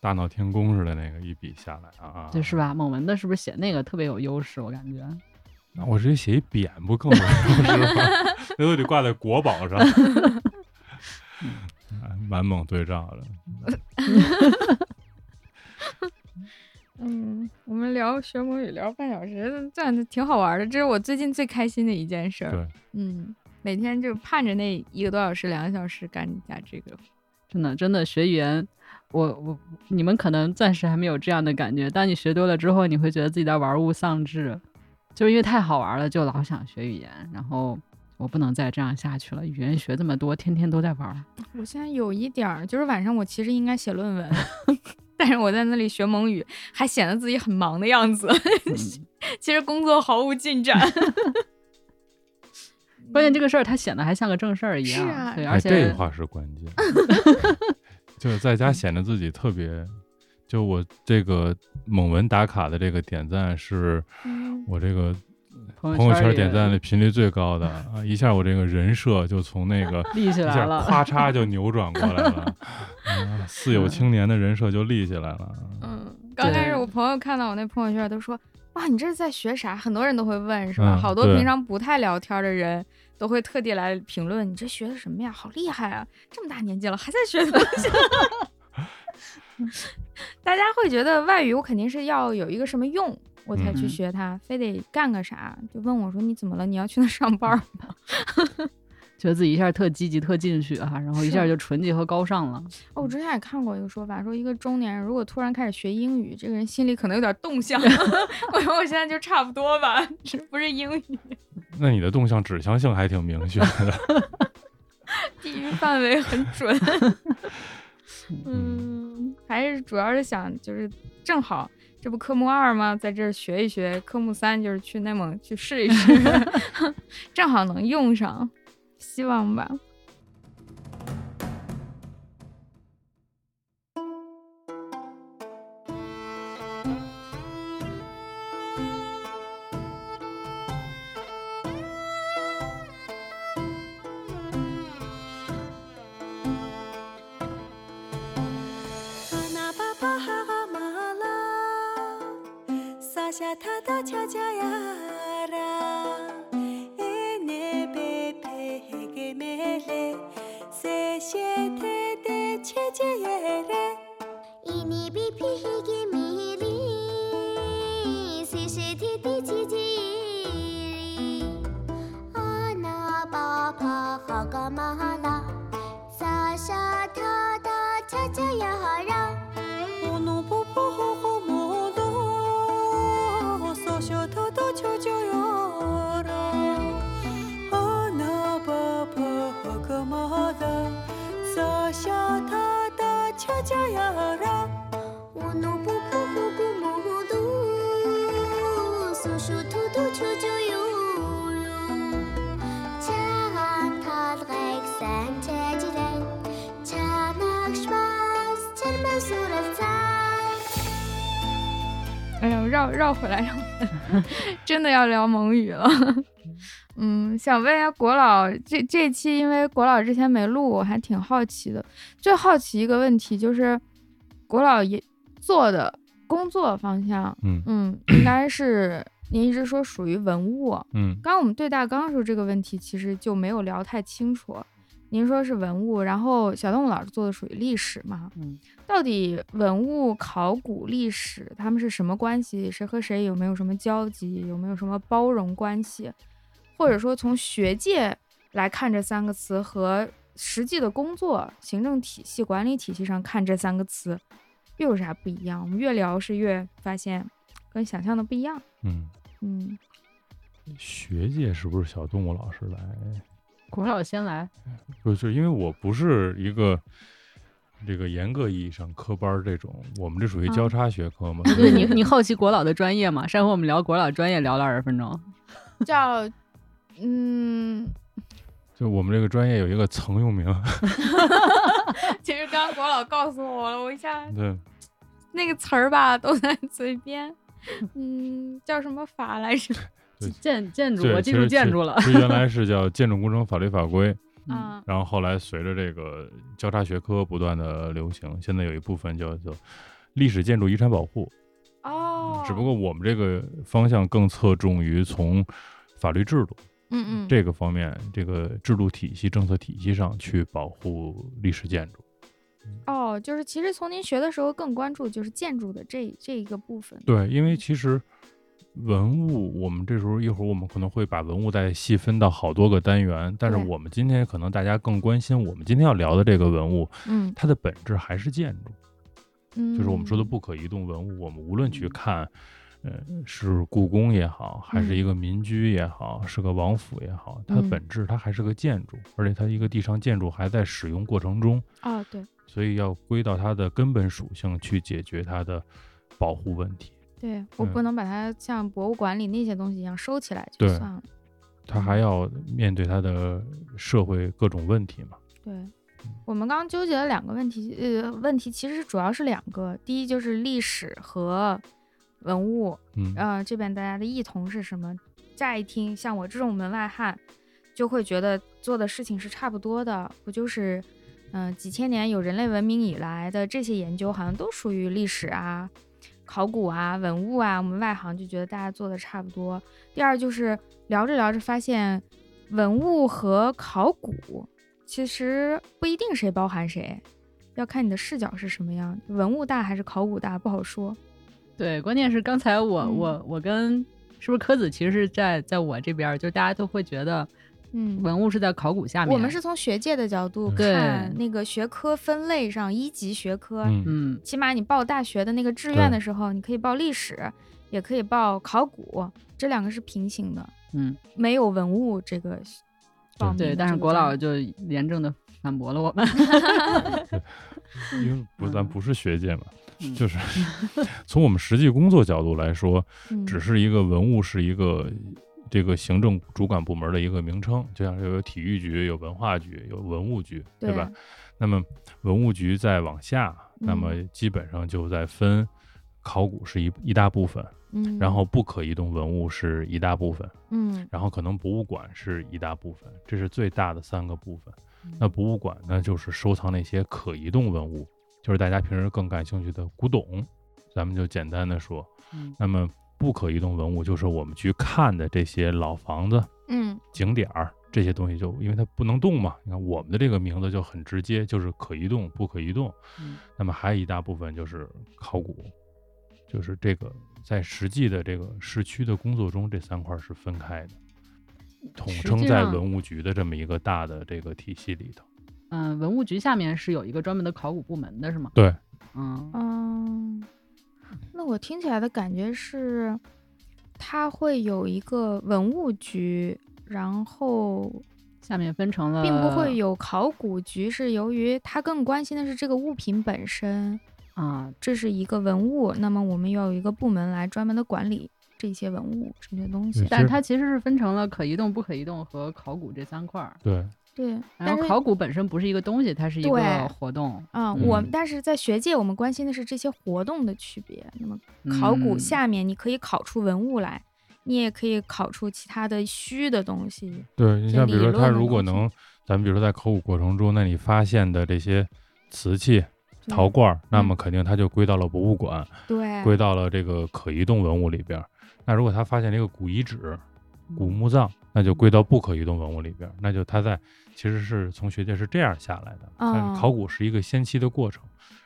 大闹天宫似的那个，一笔下来啊啊，
对是？吧？蒙文的是不是写那个特别有优势？我感觉，
那啊我直接写一匾不更有是吧？ 那都得挂在国 宝上。哎满蒙对照的，
嗯，我们聊学母语聊半小时，这样挺好玩的。这是我最近最开心的一件事儿
对。
嗯，每天就盼着那一个多小时、两个小时干一下这个。
真的真的学语言，我我你们可能暂时还没有这样的感觉，当你学多了之后，你会觉得自己在玩物丧志，就是因为太好玩了，就老想学语言，然后我不能再这样下去了，语言学这么多，天天都在 玩儿，
我现在有一点儿，就是晚上我其实应该写论文， 但是我在那里学蒙语，还显得自己很忙的样子。
嗯
其实工作毫无进展。
关键这个事儿它显得还像个正事儿一
是
样，
啊
对，
哎，
而
这
且
个话是关键， 就是在家显得自己特别。就我这个猛文打卡的这个点赞是
嗯
我这个
朋
朋友圈
里
点赞的频率最高的啊！一下我这个人设就从那个
立起
一
来
下
了，
咔嚓就扭转过来 了，啊四有青年的人设就立起来了。
嗯，刚开始
对
我朋友看到我那朋友圈都说：“哇，你这是在学啥？”很多人都会问，是吧？
嗯
好多
对
平常不太聊天的人都会特地来评论：“你这学的什么呀？好厉害啊！这么大年纪了还在学东西。”大家会觉得外语我肯定是要有一个什么用，我才去
嗯
学它，非得干个啥？就问我说：“你怎么了？你要去那上班儿
觉得自己一下特积极、特进取哈、然后一
是啊
下就纯洁和高尚了。？”
哦，我之前也看过一个说法，说一个中年人如果突然开始学英语，这个人心里可能有点动向。我说我现在就差不多吧，这不是英语。
那你的动向指向性还挺明确的，
地域范围很准。嗯， 还是主要是想就是正好这不科目二吗？在这儿学一学，科目三就是去内蒙去试一试， 正好能用上，希望吧。
那巴巴哈哈马拉，撒下他的恰恰呀啦，一年贝贝嘿给美嘞，塞谢特的切切耶嘞。
ini bipi higi mili si shedi di ji ji ana ba pa ha ga ma la sa sha ta da cha cha ya ra
我努不破火火摩罗，嗦小偷偷悄悄哟啦，哦那婆婆和个妈的，嗦小他的悄悄哟啦。
ono bu pu pu gu mo mo du su shu tu tu chu chu yu yu cha ta drek san che ji den cha nak shmas chen ma su ra tsai
哎呀，绕绕回来，绕回来真的要聊蒙语了。 嗯，想问一下国老，这这期因为国老之前没录，我还挺好奇的。最好奇一个问题就是，国老也做的工作方向，
嗯
嗯，应该是您一直说属于文物。啊
嗯，
刚刚我们对大纲的时候，这个问题其实就没有聊太清楚。您说是文物，然后小动物老师做的属于历史嘛？
嗯，
到底文物、考古、历史他们是什么关系？谁和谁有没有什么交集？有没有什么包容关系？或者说从学界来看这三个词和实际的工作、行政体系、管理体系上看这三个词又有啥不一样？我们越聊是越发现跟想象的不一样。
嗯，
嗯，
学界是不是小动物老师来？
啊
国老先来，
就是因为我不是一个这个严格意义上科班儿这种，我们这属于交叉学科嘛。
嗯
所
对
以
你，你好奇国老的专业吗？上回我们聊国老专业聊了二十分钟，
叫嗯。
就我们这个专业有一个曾用名，
其实刚刚国老告诉我了，我一下
对，
那个词儿吧都在 嘴边，嗯，叫什么法来着？
对
建建筑，
对
我
其
记住
实
建
其
筑了。
其实原来是叫《建筑工程法律法规》，
嗯，
啊，
然后后来随着这个交叉学科不断的流行，现在有一部分叫做历史建筑遗产保护。
哦，
只不过我们这个方向更侧重于从法律制度
嗯嗯，
这个方面，这个制度体系、政策体系上去保护历史建筑。
哦，就是其实从您学的时候更关注就是建筑的这这一个部分，
对，因为其实文物，我们这时候一会儿我们可能会把文物再细分到好多个单元，但是
对
我们今天可能大家更关心我们今天要聊的这个文物，
嗯
它的本质还是建筑。
嗯，
就是我们说的不可移动文物，我们无论
嗯
去看，呃，是故宫也好，还
嗯
是一个民居也好，是个王府也好，它
嗯
本质它还是个建筑，而且它一个地上建筑还在使用过程中，
哦，对
所以要归到它的根本属性去解决它的保护问题。
对，我不能把它像博物馆里那些东西一样收起来就
对
算了，
它
嗯
还要面对它的社会各种问题嘛。
对，我们刚刚纠结了两个问题，呃，问题其实主要是两个，第一就是历史和文物，
嗯，
啊
呃，这边大家的异同是什么？乍一听，像我这种门外汉，就会觉得做的事情是差不多的，不就是，嗯、几千年有人类文明以来的这些研究，好像都属于历史啊、考古啊、文物啊，我们外行就觉得大家做的差不多。第二就是聊着聊着发现，文物和考古其实不一定谁包含谁，要看你的视角是什么样，文物大还是考古大不好说。
对，关键是刚才我、
嗯
我我跟是不是柯子其实是在在我这边儿，就是大家都会觉得
嗯，
文物是在考古下面。嗯
我们是从学界的角度
对
看那个学科分类上，一级学科，
嗯
嗯，
起码你报大学的那个志愿
对
的时候，你可以报历史，也可以报考古，这两个是平行的，
嗯，
没有文物这个报名的
对，但
这
是
个
国
专
老
业
就严正的反驳了我们。
因为不咱
嗯
不是学界嘛，
嗯
就是 从我们实际工作角度来说，
嗯
只是一个文物是一个这个行政主管部门的一个名称，就像是有体育局、有文化局、有文物局，对
对
吧？那么文物局再往下，那么
嗯
基本上就在分考古是一一大部分，
嗯，
然后不可移动文物是一大部分，
嗯
然后可能博物馆是一大部分，这是最大的三个部分。
嗯
那博物馆呢，就是收藏那些可移动文物，就是大家平时更感兴趣的古董，咱们就简单的说。
嗯
那么不可移动文物就是我们去看的这些老房子、
嗯
景点儿这些东西就，因为它不能动嘛。你看我们的这个名字就很直接，就是可移动、不可移动。
嗯
那么还有一大部分就是考古，就是这个在实际的这个市区的工作中，这三块儿是分开的，统
实
称
际
在
上
文物局的这么一个大的这个体系里头。
嗯，文物局下面是有一个专门的考古部门的，是吗？
对，
嗯，
嗯，那我听起来的感觉是，它会有一个文物局，然后
下面分成了，
并不会有考古局，是由于他更关心的是这个物品本身，
啊，
这是一个文物，那么我们要有一个部门来专门的管理这些文物这些东西
对。
但嗯
是
是它其实是分成了可移动、不可移动和考古这三块儿。
对，
对，
然
但
后
是
考古本身不是一个东西，它是一
对
个活动。
啊、我
嗯
但是在学界我们关心的是这些活动的区别。那么考古
嗯
下面你可以考出文物来，你也可以考出其他的虚的东
嗯
西。
对，你
就
像比如
理
说，他
论的
如果
东西
能，咱们比如说在考古过程中，那你发现的这些瓷器、
对
陶罐儿，那
嗯哎
么肯定它就归到了博物馆，
对，
归到了这个可移动文物里边儿。那如果他发现这个古遗址、
嗯
古墓葬，那就归到不可移动文物里边儿。那就他在其实是从学界是这样下来的，但
哦
是考古是一个先期的过程，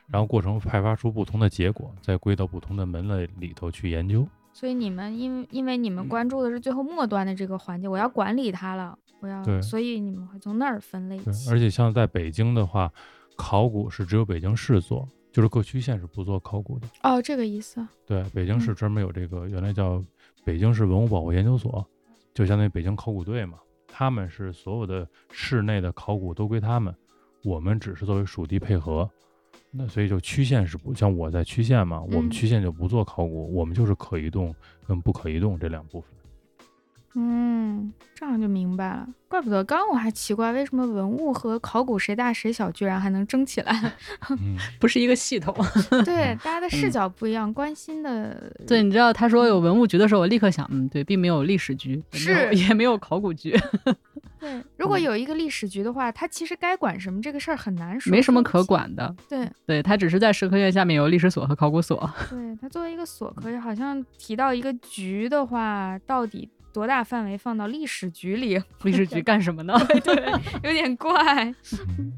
然后过程派发出不同的结果，再归到不同的门类里头去研究。
所以你们因为因为你
嗯
们关注的是最后末端的这个环节，我要管理它了，我要，
对
所以你们会从那儿分类
对，
起。
而且像在北京的话，考古是只有北京市做，就是各区县是不做考古的。
哦，这个意思。
对，北京市
嗯
专门有这个，原来叫北京市文物保护研究所，就相当于北京考古队嘛。他们是所有的市内的考古都归他们，我们只是作为属地配合。那所以就区县是不像我在区县嘛，我
嗯
们区县就不做考古，我们就是可移动跟不可移动这两部分。
嗯，这样就明白了。怪不得刚刚我还奇怪，为什么文物和考古谁大谁小居然还能争起来？
嗯，
不是一个系统。
对，大家的视角不一样，关心的
对，你知道他说有文物局的时候，我立刻想，嗯，对，并没有历史局，也没有
是
也没有考古局，
对。如果有一个历史局的话，它其实该管什么这个事儿很难说，
没什
分
么
不
可
清。
管的。
对
对，他只是在社科院下面有历史所和考古所。
对，它作为一个所，可以好像提到一个局的话，到底多大范围放到历史局里，
历史局干什么呢？
有点怪。
嗯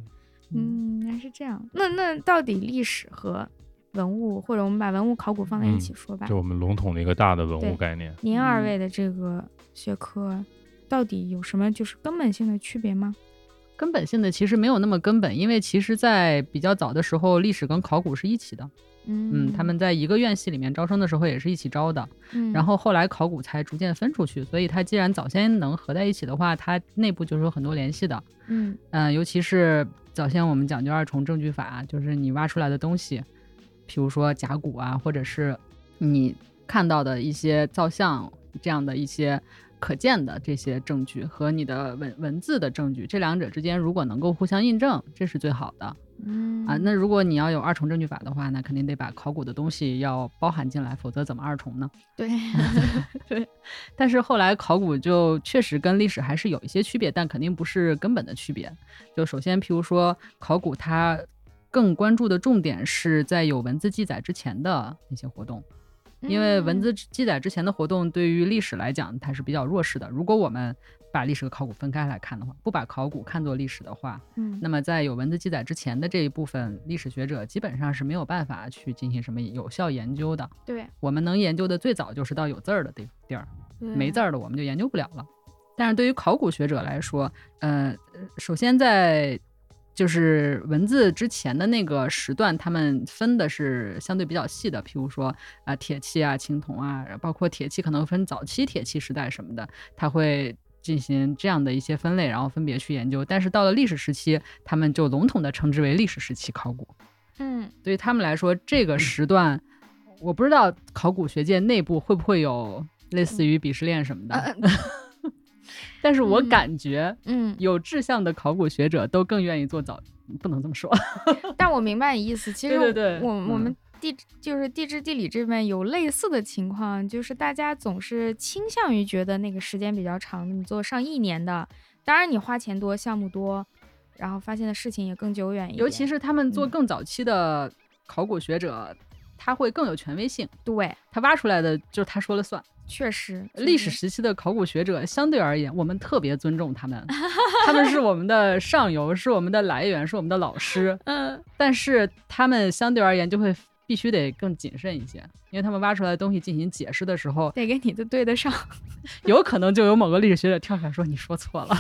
嗯，原来是这样。那那到底历史和文物，或者我们把文物考古放在一起
嗯
说吧？
就我们笼统的一个大的文
对
物概念。
您二
嗯
位的这个学科到底有什么就是根本性的区别吗？
根本性的其实没有那么根本，因为其实，在比较早的时候，历史跟考古是一起的。
嗯
嗯，他们在一个院系里面招生的时候也是一起招的，
嗯
然后后来考古才逐渐分出去。所以它既然早先能合在一起的话，它内部就是有很多联系的。
嗯
嗯、尤其是早先我们讲究二重证据法，就是你挖出来的东西，譬如说甲骨啊，或者是你看到的一些造像这样的一些可见的这些证据和你的文文字的证据，这两者之间如果能够互相印证，这是最好的。
嗯
啊，那如果你要有二重证据法的话，那肯定得把考古的东西要包含进来，否则怎么二重呢？
对
但是后来考古就确实跟历史还是有一些区别，但肯定不是根本的区别。就首先，譬如说考古它更关注的重点是在有文字记载之前的那些活动， 因为
嗯
文字记载之前的活动对于历史来讲它是比较弱势的。如果我们把历史和考古分开来看的话，不把考古看作历史的话，
嗯
那么在有文字记载之前的这一部分，历史学者基本上是没有办法去进行什么有效研究的。
对
我们能研究的最早就是到有字儿的地地儿，没字
儿
儿的我们就研究不了了。但是对于考古学者来说，呃，首先在就是文字之前的那个时段，他们分的是相对比较细的，譬如说啊、铁器啊、青铜啊，包括铁器可能分早期铁器时代什么的，它会进行这样的一些分类，然后分别去研究。但是到了历史时期，他们就笼统的称之为历史时期考古。
嗯
对于他们来说，这个时段，我不知道考古学界内部会不会有类似于鄙视链什么的， 但是我
呃嗯
感觉
嗯，
有志向的考古学者都更愿意做早，不能这么说，
但我明白你意思。其实
对对对
我我
嗯
们地质就是地质地理这边有类似的情况，就是大家总是倾向于觉得那个时间比较长，你做上一年的，当然你花钱多，项目多，然后发现的事情也更久远一点。
尤其是他们做
嗯
更早期的考古学者，他会更有权威性，
对，
他挖出来的就是他说了算。
确实
历史时期的考古学者相对而言，我们特别尊重他们，他们是我们的上游，是我们的来源，是我们的老师。
嗯
但是他们相对而言就会必须得更谨慎一些，因为他们挖出来的东西进行解释的时候，
得给你的对得上，
有可能就有某个历史学者跳出来说你说错了，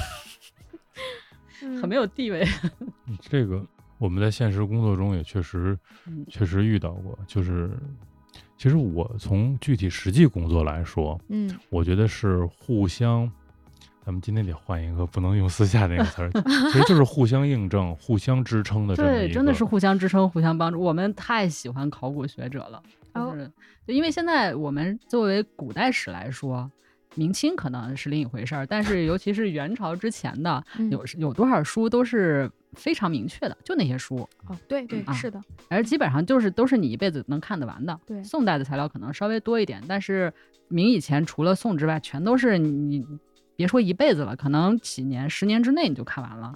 很没有地位。
嗯这个我们在现实工作中也确实
嗯
确实遇到过，就是其实我从具体实际工作来说，
嗯
我觉得是互相，咱们今天得换一个，不能用私下那个词儿，其实就是互相印证、互相支撑的这么一
对，
个，
真的是互相支撑、互相帮助。我们太喜欢考古学者了，就
哦
是、对因为现在我们作为古代史来说。明清可能是另一回事儿，但是尤其是元朝之前的，
嗯
有有多少书都是非常明确的，就那些书，
哦，对对，
啊
是的，
而基本上就是都是你一辈子能看得完的。
对
宋代的材料可能稍微多一点，但是明以前除了宋之外，全都是你别说一辈子了，可能几年、十年之内你就看完了。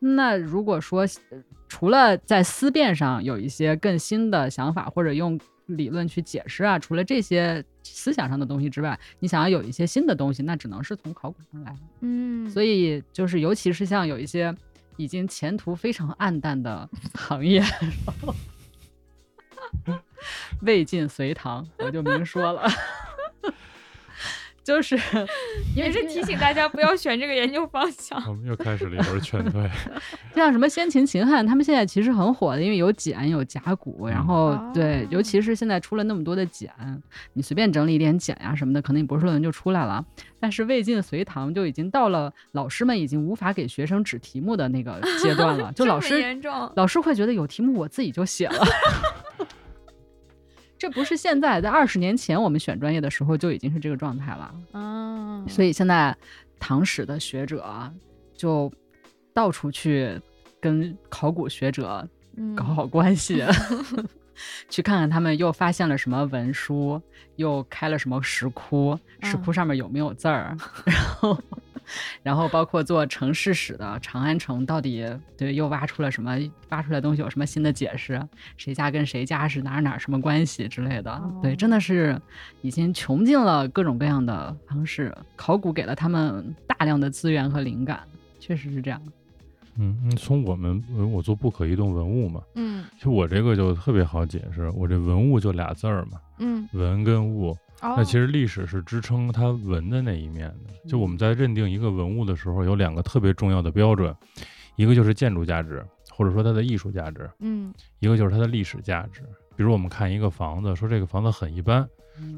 那如果说呃除了在思辨上有一些更新的想法，或者用理论去解释啊，除了这些思想上的东西之外，你想要有一些新的东西，那只能是从考古上来了。
嗯，
所以就是尤其是像有一些已经前途非常暗淡的行业，然后魏晋隋唐，我就明说了， 就是因为
也是
这
提醒大家不要选这个研究方 向。
我嗯们又开始了一轮劝退。
像什么先秦、秦汉，他们现在其实很火的，因为有简有甲骨，然后
哦
对，尤其是现在出了那么多的简，你随便整理一点简呀、什么的，可能你博士论文就出来了。但是魏晋隋唐就已经到了老师们已经无法给学生指题目的那个阶段 了，就
这
老
么
师
严重，
老师会觉得有题目我自己就写了。 这不是现在，在二十年前我们选专业的时候就已经是这个状态了。
嗯，
所以现在唐史的学者啊就到处去跟考古学者
嗯
搞好关系， 去看看他们又发现了什么文书，又开了什么石窟，石窟上面有没有字儿， 然后。然后包括做城市史的长安城到底对又挖出了什么，挖出来东西有什么新的解释？谁家跟谁家是哪儿哪儿什么关系之类的。对，真的是已经穷尽了各种各样的方式，考古给了他们大量的资源和灵感，确实是这样。
嗯，嗯，从我们呃我做不可移动文物嘛，
嗯
其实我这个就特别好解释，我这文物就俩字儿嘛，
嗯，
文跟物。
哦，
那其实历史是支撑它文的那一面的。就我们在认定一个文物的时候，有两个特别重要的标准，一个就是建筑价值，或者说它的艺术价值，
嗯
一个就是它的历史价值。比如我们看一个房子，说这个房子很一般，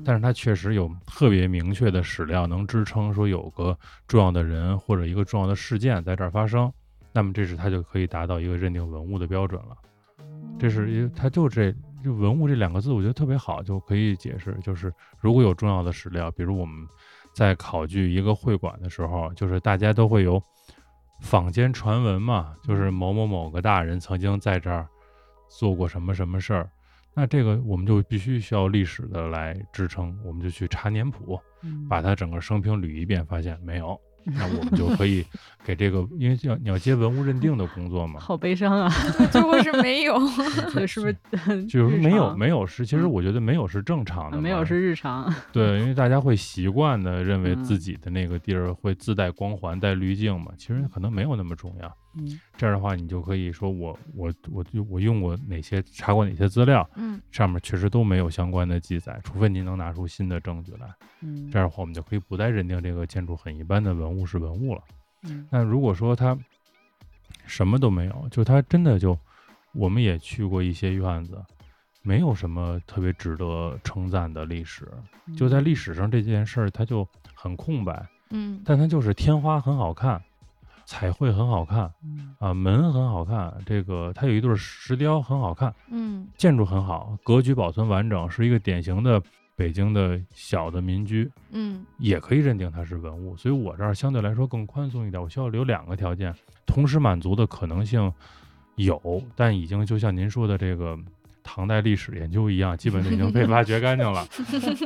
但是它确实有特别明确的史料能支撑说有个重要的人或者一个重要的事件在这儿发生，那么这是它就可以达到一个认定文物的标准了。这是因为它就这就文物这两个字，我觉得特别好，就可以解释，就是如果有重要的史料，比如我们在考据一个会馆的时候，就是大家都会有坊间传闻嘛，就是某某某个大人曾经在这儿做过什么什么事儿。那这个我们就必须需要历史的来支撑，我们就去查年谱，
嗯
把他整个生平捋一遍，发现 没有，那我们就可以给这个，因为要你要接文物认定的工作嘛，
好悲伤啊！
最后是没有，
对，是不 是？
就是
日
没有
常
没有是，其实
嗯
我觉得没有是正常
啊
的嘛，
没有是日常，
对，因为大家会习惯的认为
嗯
自己的那个地儿会自带光环、带滤镜嘛，其实可能没有那么重要。
嗯
这样的话，你就可以说我我我就我用过哪些查过哪些资料，
嗯
上面确实都没有相关的记载，除非您能拿出新的证据来。
嗯
这样的话，我们就可以不再认定这个建筑很一般的文物是文物了。
嗯
那如果说它什么都没有，就它真的就，我们也去过一些院子，没有什么特别值得称赞的历史，
嗯
就在历史上这件事儿它就很空白，
嗯
但它就是天花很好看，彩绘很好看
嗯
啊，门很好看，这个它有一对儿石雕很好看，
嗯
建筑很好，格局保存完整，是一个典型的北京的小的民居。
嗯
也可以认定它是文物，所以我这儿相对来说更宽松一点，我需要留两个条件，同时满足的可能性有，但已经就像您说的这个唐代历史研究一样，基本就已经被挖掘干净了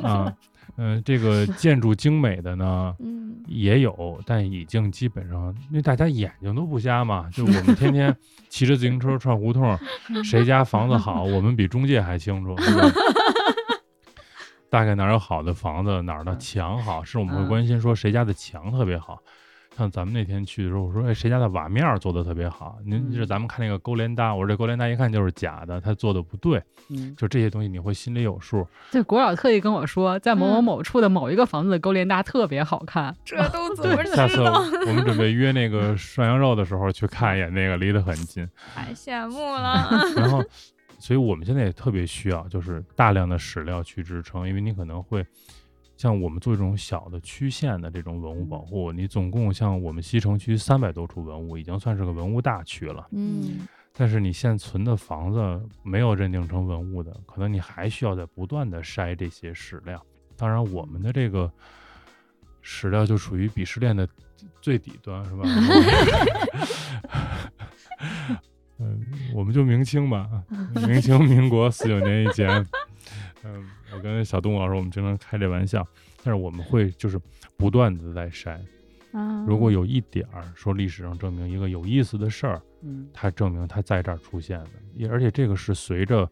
啊。嗯、这个建筑精美的呢
嗯
也有，但已经基本上，因为大家眼睛都不瞎嘛，就我们天天骑着自行车串胡同，谁家房子好，我们比中介还清楚。对吧 大概哪儿有好的房子，哪儿的墙好，是我们会
嗯
关心说谁家的墙特别好。像咱们那天去的时候，我说哎，谁家的瓦面儿做的特别好？您
嗯
就是咱们看那个勾连搭，我说这勾连搭一看就是假的，它做的不对。
嗯，
就这些东西你会心里有数。
对，国老特意跟我说，在某某
嗯
某处的某一个房子的勾连搭特别好看，
这 都怎
对
么，
下
知
次
道？
我们准备约那个涮羊肉的时候去看一眼，那个离得很近。
太羡慕了。
然后，所以我们现在也特别需要，就是大量的史料去支撑，因为你可能会像我们做这种小的区县的这种文物保护，你总共像我们西城区三百多处文物，已经算是个文物大区了。
嗯
但是你现存的房子没有认定成文物的，可能你还需要在不断的筛这些史料。当然，我们的这个史料就属于鄙视链的最底端，是吧？嗯，我们就明清吧，啊明清民国四九年以前。嗯，我跟小动物老师我们经常开这玩笑，但是我们会就是不断的在筛。
啊，
如果有一点儿说历史上证明一个有意思的事儿，
嗯
它证明它在这儿出现的，也而且这个是随着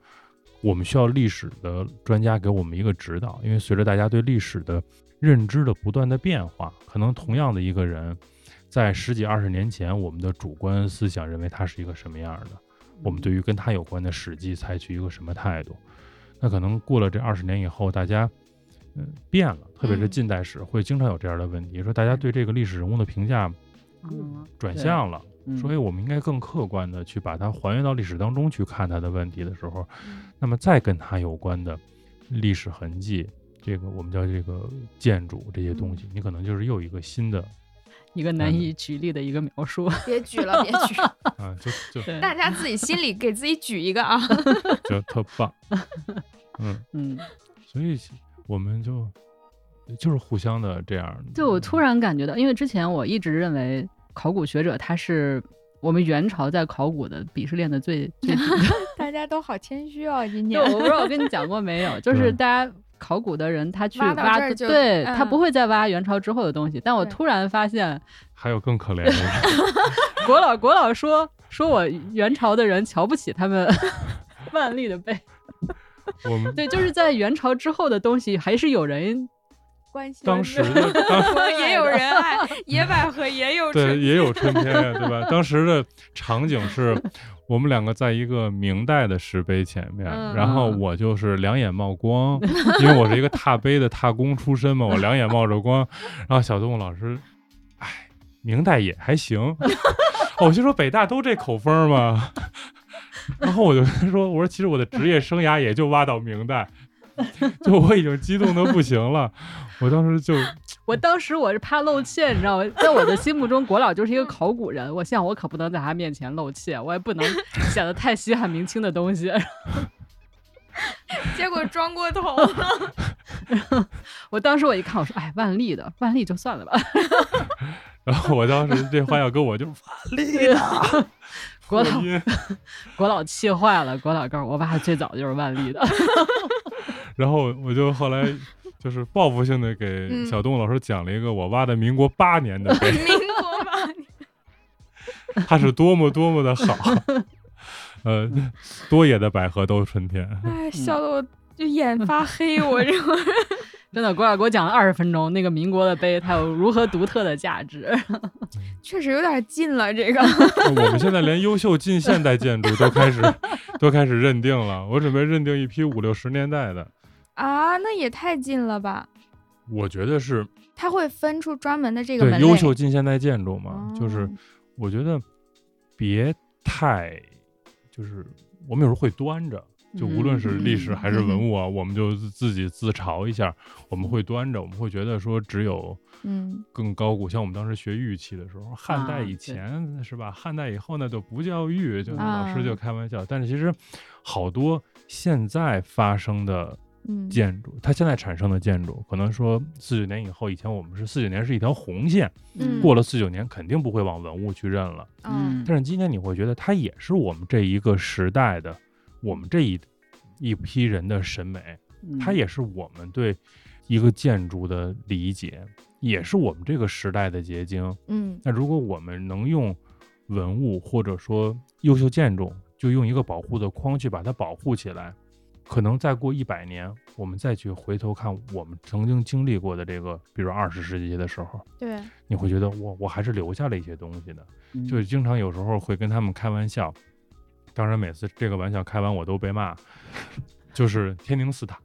我们需要历史的专家给我们一个指导，因为随着大家对历史的认知的不断的变化，可能同样的一个人，在十几二十年前，我们的主观思想认为他是一个什么样儿的，我们对于跟他有关的史记采取一个什么态度，那可能过了这二十年以后，大家。嗯，变了，特别是
嗯
近代史会经常有这样的问题，说大家对这个历史人物的评价
嗯
转
对
向了，
嗯
所以我们应该更客观的去把它还原到历史当中去看它的问题的时候，
嗯
那么再跟它有关的历史痕迹，这个我们叫这个建筑这些东西，
嗯
你可能就是又一个 新的
一个难
嗯
以举例的一个描述，
别举了，别举，
啊， 就就
对，
大家自己心里给自己举一个啊，
就特 棒，嗯，
嗯，
所以我们就就是互相的这样。嗯
就我突
然
然感觉到，因为之前我一直认为考古学者他是我们元朝在考古的鄙视链的最 最底的
大家都好谦虚哦，今
就
天
我不知道我跟你讲过没 有，就是
嗯
大家考古的人他去
挖
挖
到这儿就
对、他
嗯
不会再挖元朝之后的东西，但我
对
突然发现
还有更可怜的人，
国老国老说说我元朝的人瞧不起他们 万历的碑，
我们
对，就是在元朝之后的东西还是有人
关心
当时的当
也有人爱， 野百合也有
对，
春
也有春天呀，对吧？当时的场景是我们两个在一个明代的石碑前面，
嗯
然后
嗯
我就是两眼冒光，因为我是一个踏碑的踏工出身嘛，我两眼冒着光。然后小动物老师，哎，明代也还行。哦我就说北大都这口风儿嘛，然后我就跟他说，我说其实我的职业生涯也就挖到明代。就我已经激动的不行了，我当时就
我当时我是怕露怯，你知道吗？在我的心目中，国老就是一个考古人，我想我可不能在他面前露怯，我也不能想的太稀罕明清的东西。
结果装过头，
我当时我一看，我说，哎，万历的，万历就算了吧。
然后我当时这话要跟我就
国老
破音，
国老气坏了，国老告诉我，我爸最早就是万历的。
然后我就后来就是报复性的给
嗯
小东老师讲了一个我挖的民国八年的 碑，
民国嘛，
它是多么多么的好，呃，多野的百合都是春天，
哎，笑得我就眼 发黑，我这会儿
真的，国老给我讲了二十分钟，那个民国的碑它有如何独特的价值。
确实有点近了，这 个
我们现在连优秀近现代建筑都开始都开始认定了，我准备认定一批五六十年代的，
啊，那也太近了吧？
我觉得是
它会分出专门的这个
对
门类，
优秀近现代建筑嘛，就是
哦
我觉得别太就是我们有时候会端着。就无论是历史还是文
嗯
物啊，我们就自自己自嘲一下，我们会端着，我们会觉得说只有
嗯，
更高古，像我们当时学玉器的时候，汉
啊
代
对
以前是吧？汉代以后呢就不叫玉，就
啊
老师就开玩笑。但是其实好多现在发生的
嗯
建筑，它现在产生的建筑，可能说四九年以后，以前我们是四九年是一条红线，
嗯
过了四九年肯定不会往文物去认了。
嗯
但是今天你会觉得它也是我们这一个时代的，我们这一一批人的审美，
嗯
它也是我们对一个建筑的理解，也是我们这个时代的结晶。
嗯
那如果我们能用文物或者说优秀建筑，就用一个保护的框去把它保护起来，可能再过一百年，我们再去回头看我们曾经经历过的这个，比如二十世纪的时候，
对，
你会觉得我我还是留下了一些东西的。
嗯
就是经常有时候会跟他们开玩笑，当然每次这个玩笑开完我都 被骂，就是天宁寺塔，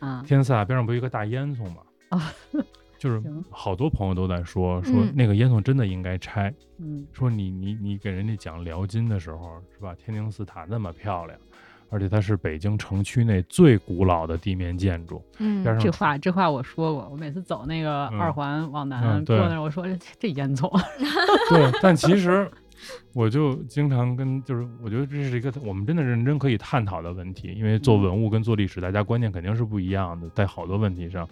啊，
天宁寺塔边上不有一个大烟囱吗？
啊，
就是
行
好多朋友都在说说
哦嗯
那个烟囱真的应该拆，
嗯
说你你你给人家讲辽金的时候是吧？天宁寺塔那么漂亮，而且它是北京城区内最古老的地面建筑，
嗯
边上
这话这话我说过，我每次走那个
嗯
二环往南
嗯对
过那儿，我说这这烟 囱，
对，但其实我就经常跟，就是我觉得这是一个我们真的认真可以探讨的问题，因为做
嗯
文物跟做历史，大家观念肯定是不一样的，在好多问题上，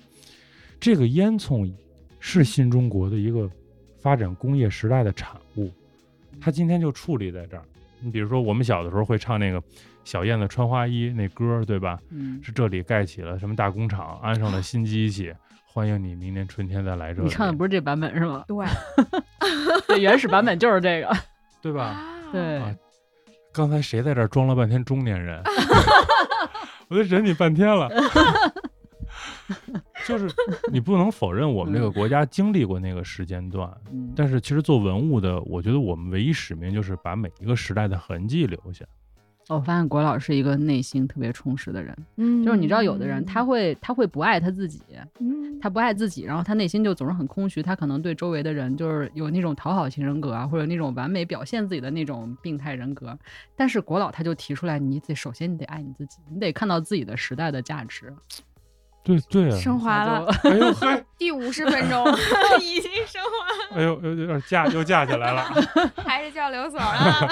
这个烟囱是新中国的一个发展工业时代的产物，它今天就矗立在这儿，你比如说我们小的时候会唱那个小燕子穿花衣那歌儿，对吧？
嗯，
是这里盖起了什么大工厂，安上了新机器，欢迎你明年春天再来这里。
你唱的不是这版本是 吗？
对
对，原始版本就是这个。
对吧？
啊
对
啊，刚才谁在这儿装了半天中年 人？我都忍你半天 了。就是你不能否认我们这个国家经历过那个时间段，
嗯
但是其实做文物的，我觉得我们唯一使命就是把每一个时代的痕迹留下。
我发现国老是一个内心特别充实的人，
嗯
就是你知道，有的人他，会他会不爱他自己，
嗯
他不爱自己，然后他内心就总是很空虚，他可能对周围的人就是有那种讨好型人格啊，或者那种完美表现自己的那种病态人格。但是国老他就提出来，你得首先你得爱你自己，你得看到自己的时代的价值。
对对啊，
升华
他就
了，，
哎呦嘿，
第五十分钟已经升华，
哎呦有点架又架起来了。
了，还是叫刘所啊，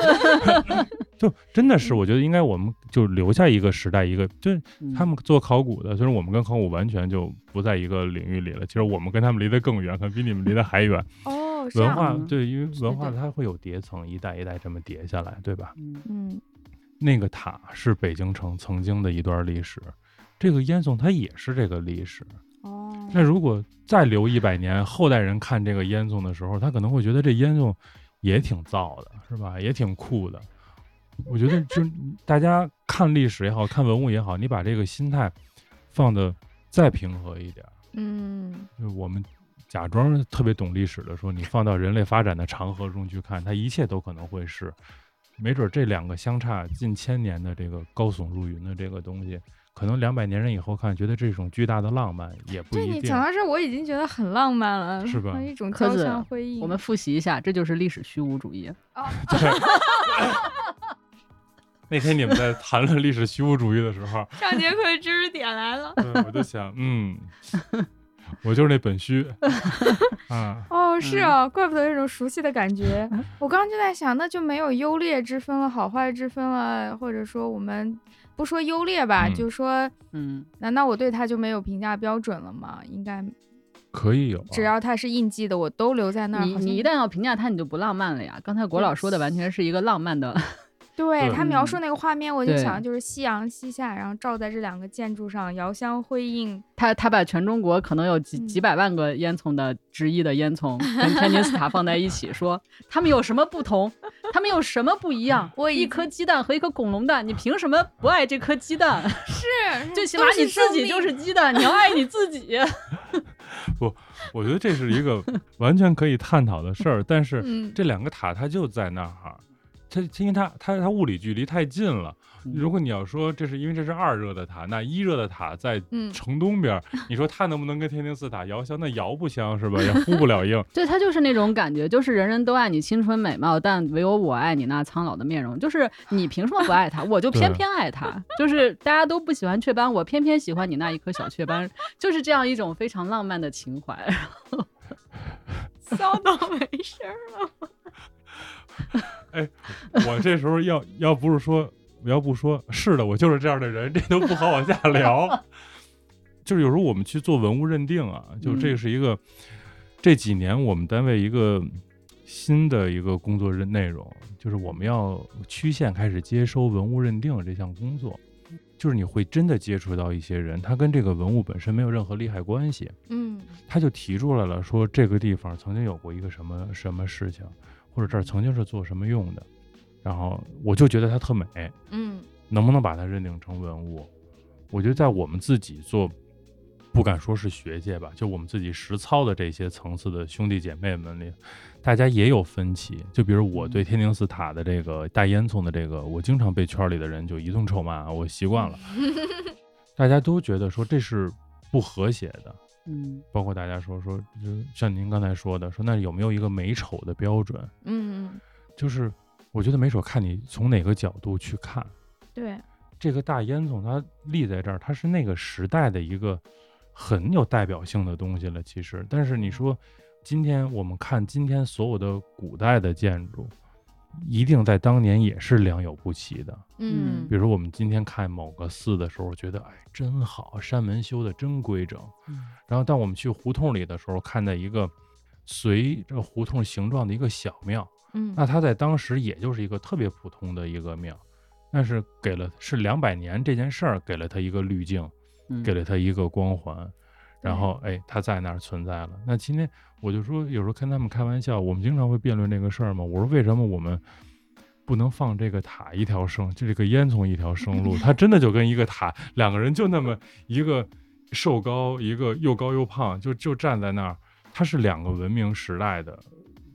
就真的是，我觉得应该我们就留下一个时代，一个就是
嗯
他们做考古的，虽然我们跟考古完全就不在一个领域里了，其实我们跟他们离得更远，可能比你们离得还远。
哦，这
文
样
化
嗯
对，因为文化
对
它会有叠层，一代一代这么叠下来，对吧？
嗯
嗯
那个塔是北京城曾经的一段历史，这个烟囱它也是这个历史。
哦，
那如果再留一百年，后代人看这个烟囱的时候，他可能会觉得这烟囱也挺燥的，是吧？也挺酷的。我觉得就是大家看历史也好看文物也好，你把这个心态放的再平和一点儿，
嗯
就是我们假装特别懂历史的说，你放到人类发展的长河中去看，它一切都可能会是。没准这两个相差近千年的这个高耸入云的这个东西，可能两百年人以后看，觉得这种巨大的浪漫也不一
对
定。
你讲到这，我已经觉得很浪漫了，
是吧
一种
柯
交
子
相辉映。
我们复习一下，这就是历史虚无主义。
那天你们在谈论历史虚无主义的时候，。
上节课知识点来了
嗯我就想，嗯，我就是那 本虚啊，
哦，是哦，怪不得有一种熟悉的感 觉。我刚刚就在想，那就没有优劣之分了，好坏之分了，或者说我们不说优劣吧，
嗯
就说
嗯，
难道我对它就没有评价标准了吗？应该
可以有啊、
只要它是印记的，我都留在嗯那儿。
你
好像
你一旦要评价他，你就不浪漫了呀。刚才国老说的完全是一个浪漫的，
对
对嗯
他描述那个画面，我就
对
想就是夕阳西下，然后照在这两个建筑上，遥相辉映。
他他把全中国可能有几
嗯
几百万个烟囱的之一的烟囱跟天津斯塔放在一起，说 他们有什么不同，他们有什么不一样？
我已
一
经
颗鸡蛋和一颗恐龙蛋，你凭什么不爱这颗鸡蛋？
是，
最起
都
码你
生
自己就
命
是鸡蛋，你要爱你自己。
我觉得这是一个完全可以探讨的事儿，但是
嗯，
这两个塔它就在那儿。它它因为它它它物理距离太近了。
嗯
如果你要说这是因为这是二热的塔，那一热的塔在
嗯
城东边儿，你说它能不能跟天津四塔遥相？那遥不相是吧？也呼不了应。
对他就是那种感觉，就是人人都爱你青春美貌，但唯有我爱你那苍老的面容。就是你凭什么不爱他，我就偏
对啊
偏爱他。就是大家都不喜欢雀斑，我偏偏喜欢你那一颗小雀斑，就是这样一种非常浪漫的情怀。
骚到没声儿。
我这时候要要不是说，要不说是的，我就是这样的人，这都不好往下聊。就是有时候我们去做文物认定啊，就
嗯
这是一个、这几年我们单位一个新的一个工作任内容，就是我们要区县开始接收文物认定这项工作。就是你会真的接触到一些人，他跟这个文物本身没有任何利害关系，
嗯
他就提出来了，说这个地方曾经有过一个什么什么事情，或者这儿曾经是做什么用的，然后我就觉得它特美，
嗯
能不能把它认定成文物？我觉得在我们自己做，不敢说是学界吧，就我们自己实操的这些层次的兄弟姐妹们里，大家也有分歧。就比如我对天宁寺塔的这个大烟囱的这个，我经常被圈里的人就一顿臭骂，我习惯了。大家都觉得说这是不和谐的，
嗯，
包括大家说说，就是像您刚才说的，说那有没有一个美丑的标准？
嗯嗯，
就是我觉得美丑看你从哪个角度去看。
对，
这个大烟囱它立在这儿，它是那个时代的一个很有代表性的东西了。其实，但是你说今天我们看今天所有的古代的建筑，一定在当年也是良莠不齐的。
嗯
比如说我们今天看某个寺的时候，觉得哎真好，山门修的真规整。然后当我们去胡同里的时候，看到一个随着胡同形状的一个小庙，
嗯
那它在当时也就是一个特别普通的一个庙，但是给了是两百年这件事儿给了它一个滤镜，
嗯
给了它一个光环，然
对
后哎，它在那儿存在了。那今天我就说，有时候跟他们开玩笑，我们经常会辩论这个事儿嘛。我说为什么我们不能放这个塔一条生，就这个烟囱一条 生路？它真的就跟一个塔，两个人就那么一个瘦高，一个又高又胖，就就站在那儿，它是两个文明时代的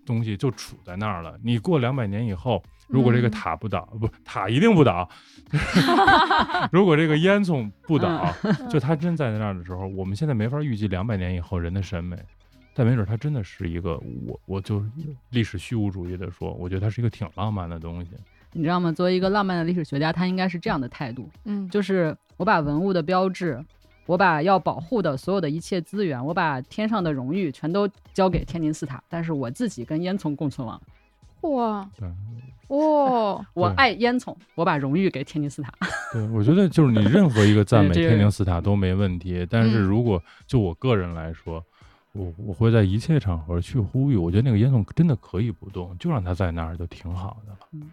东西就处在那儿了。你过两百年以后，如果这个
嗯
塔不倒，不塔一定不倒，如果这个烟囱不倒，
嗯
就它真在那儿的时候，我们现在没法预计两百年以后人的审美，但没准它真的是一个我我就是历史虚无主义的说，我觉得它是一个挺浪漫的东西。
你知道吗？作为一个浪漫的历史学家，他应该是这样的态度：
嗯，
就是我把文物的标志，我把要保护的所有的一切资源，我把天上的荣誉全都交给天宁寺塔，但是我自己跟烟囱共存亡。
哇
对
哇，
我
对
爱烟囱，我把荣誉给天宁寺塔。
对，我觉得就是你任何一个赞美
对这个
天宁寺塔都没问题，但是
嗯
如果就我个人来说，我我会在一切场合去呼吁，我觉得那个烟囱真的可以不动，就让它在那儿就挺好的了。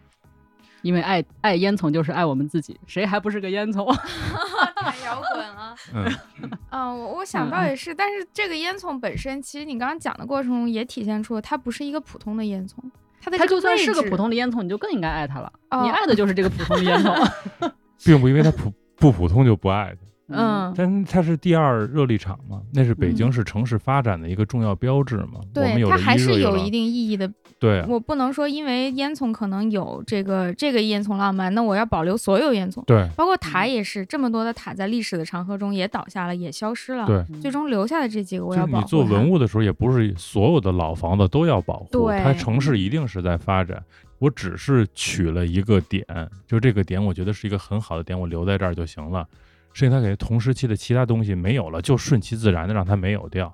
因为爱爱烟囱就是爱我们自己，谁还不是个烟囱？
太摇滚了。
嗯，
嗯，我我想到也是，但是这个烟囱本身，其实你刚刚讲的过程中也体现出了它不是一个普通的烟囱，它的
它
这
就算是个
位置
普，通的烟囱，你就更应该爱它了。
哦
你爱的就是这个普通的烟 囱。嗯
并不因为它普不普通就不爱它。
嗯，
但它是第二热力厂嘛，那是北京
嗯
市城市发展的一个重要标志嘛。我们
对，
有
它
了
还
一热
是有
了
一定意义的。
对啊
我不能说因为烟囱可能有这个这个烟囱浪漫，那我要保留所有烟囱，
对
包括塔
嗯
也是，这么多的塔在历史的长河中也倒下了，也消失了。
对，
嗯
最终留下的这几个，我
就
要
是
保护
你做文
物，
物的时候，也不是所有的老房子都要保护，
对
它城市一定是在发展。我只是取了一个点，就这个点，我觉得是一个很好的点，我留在这儿就行了。剩下它给同时期的其他东西没有了，就顺其自然的让它没有掉。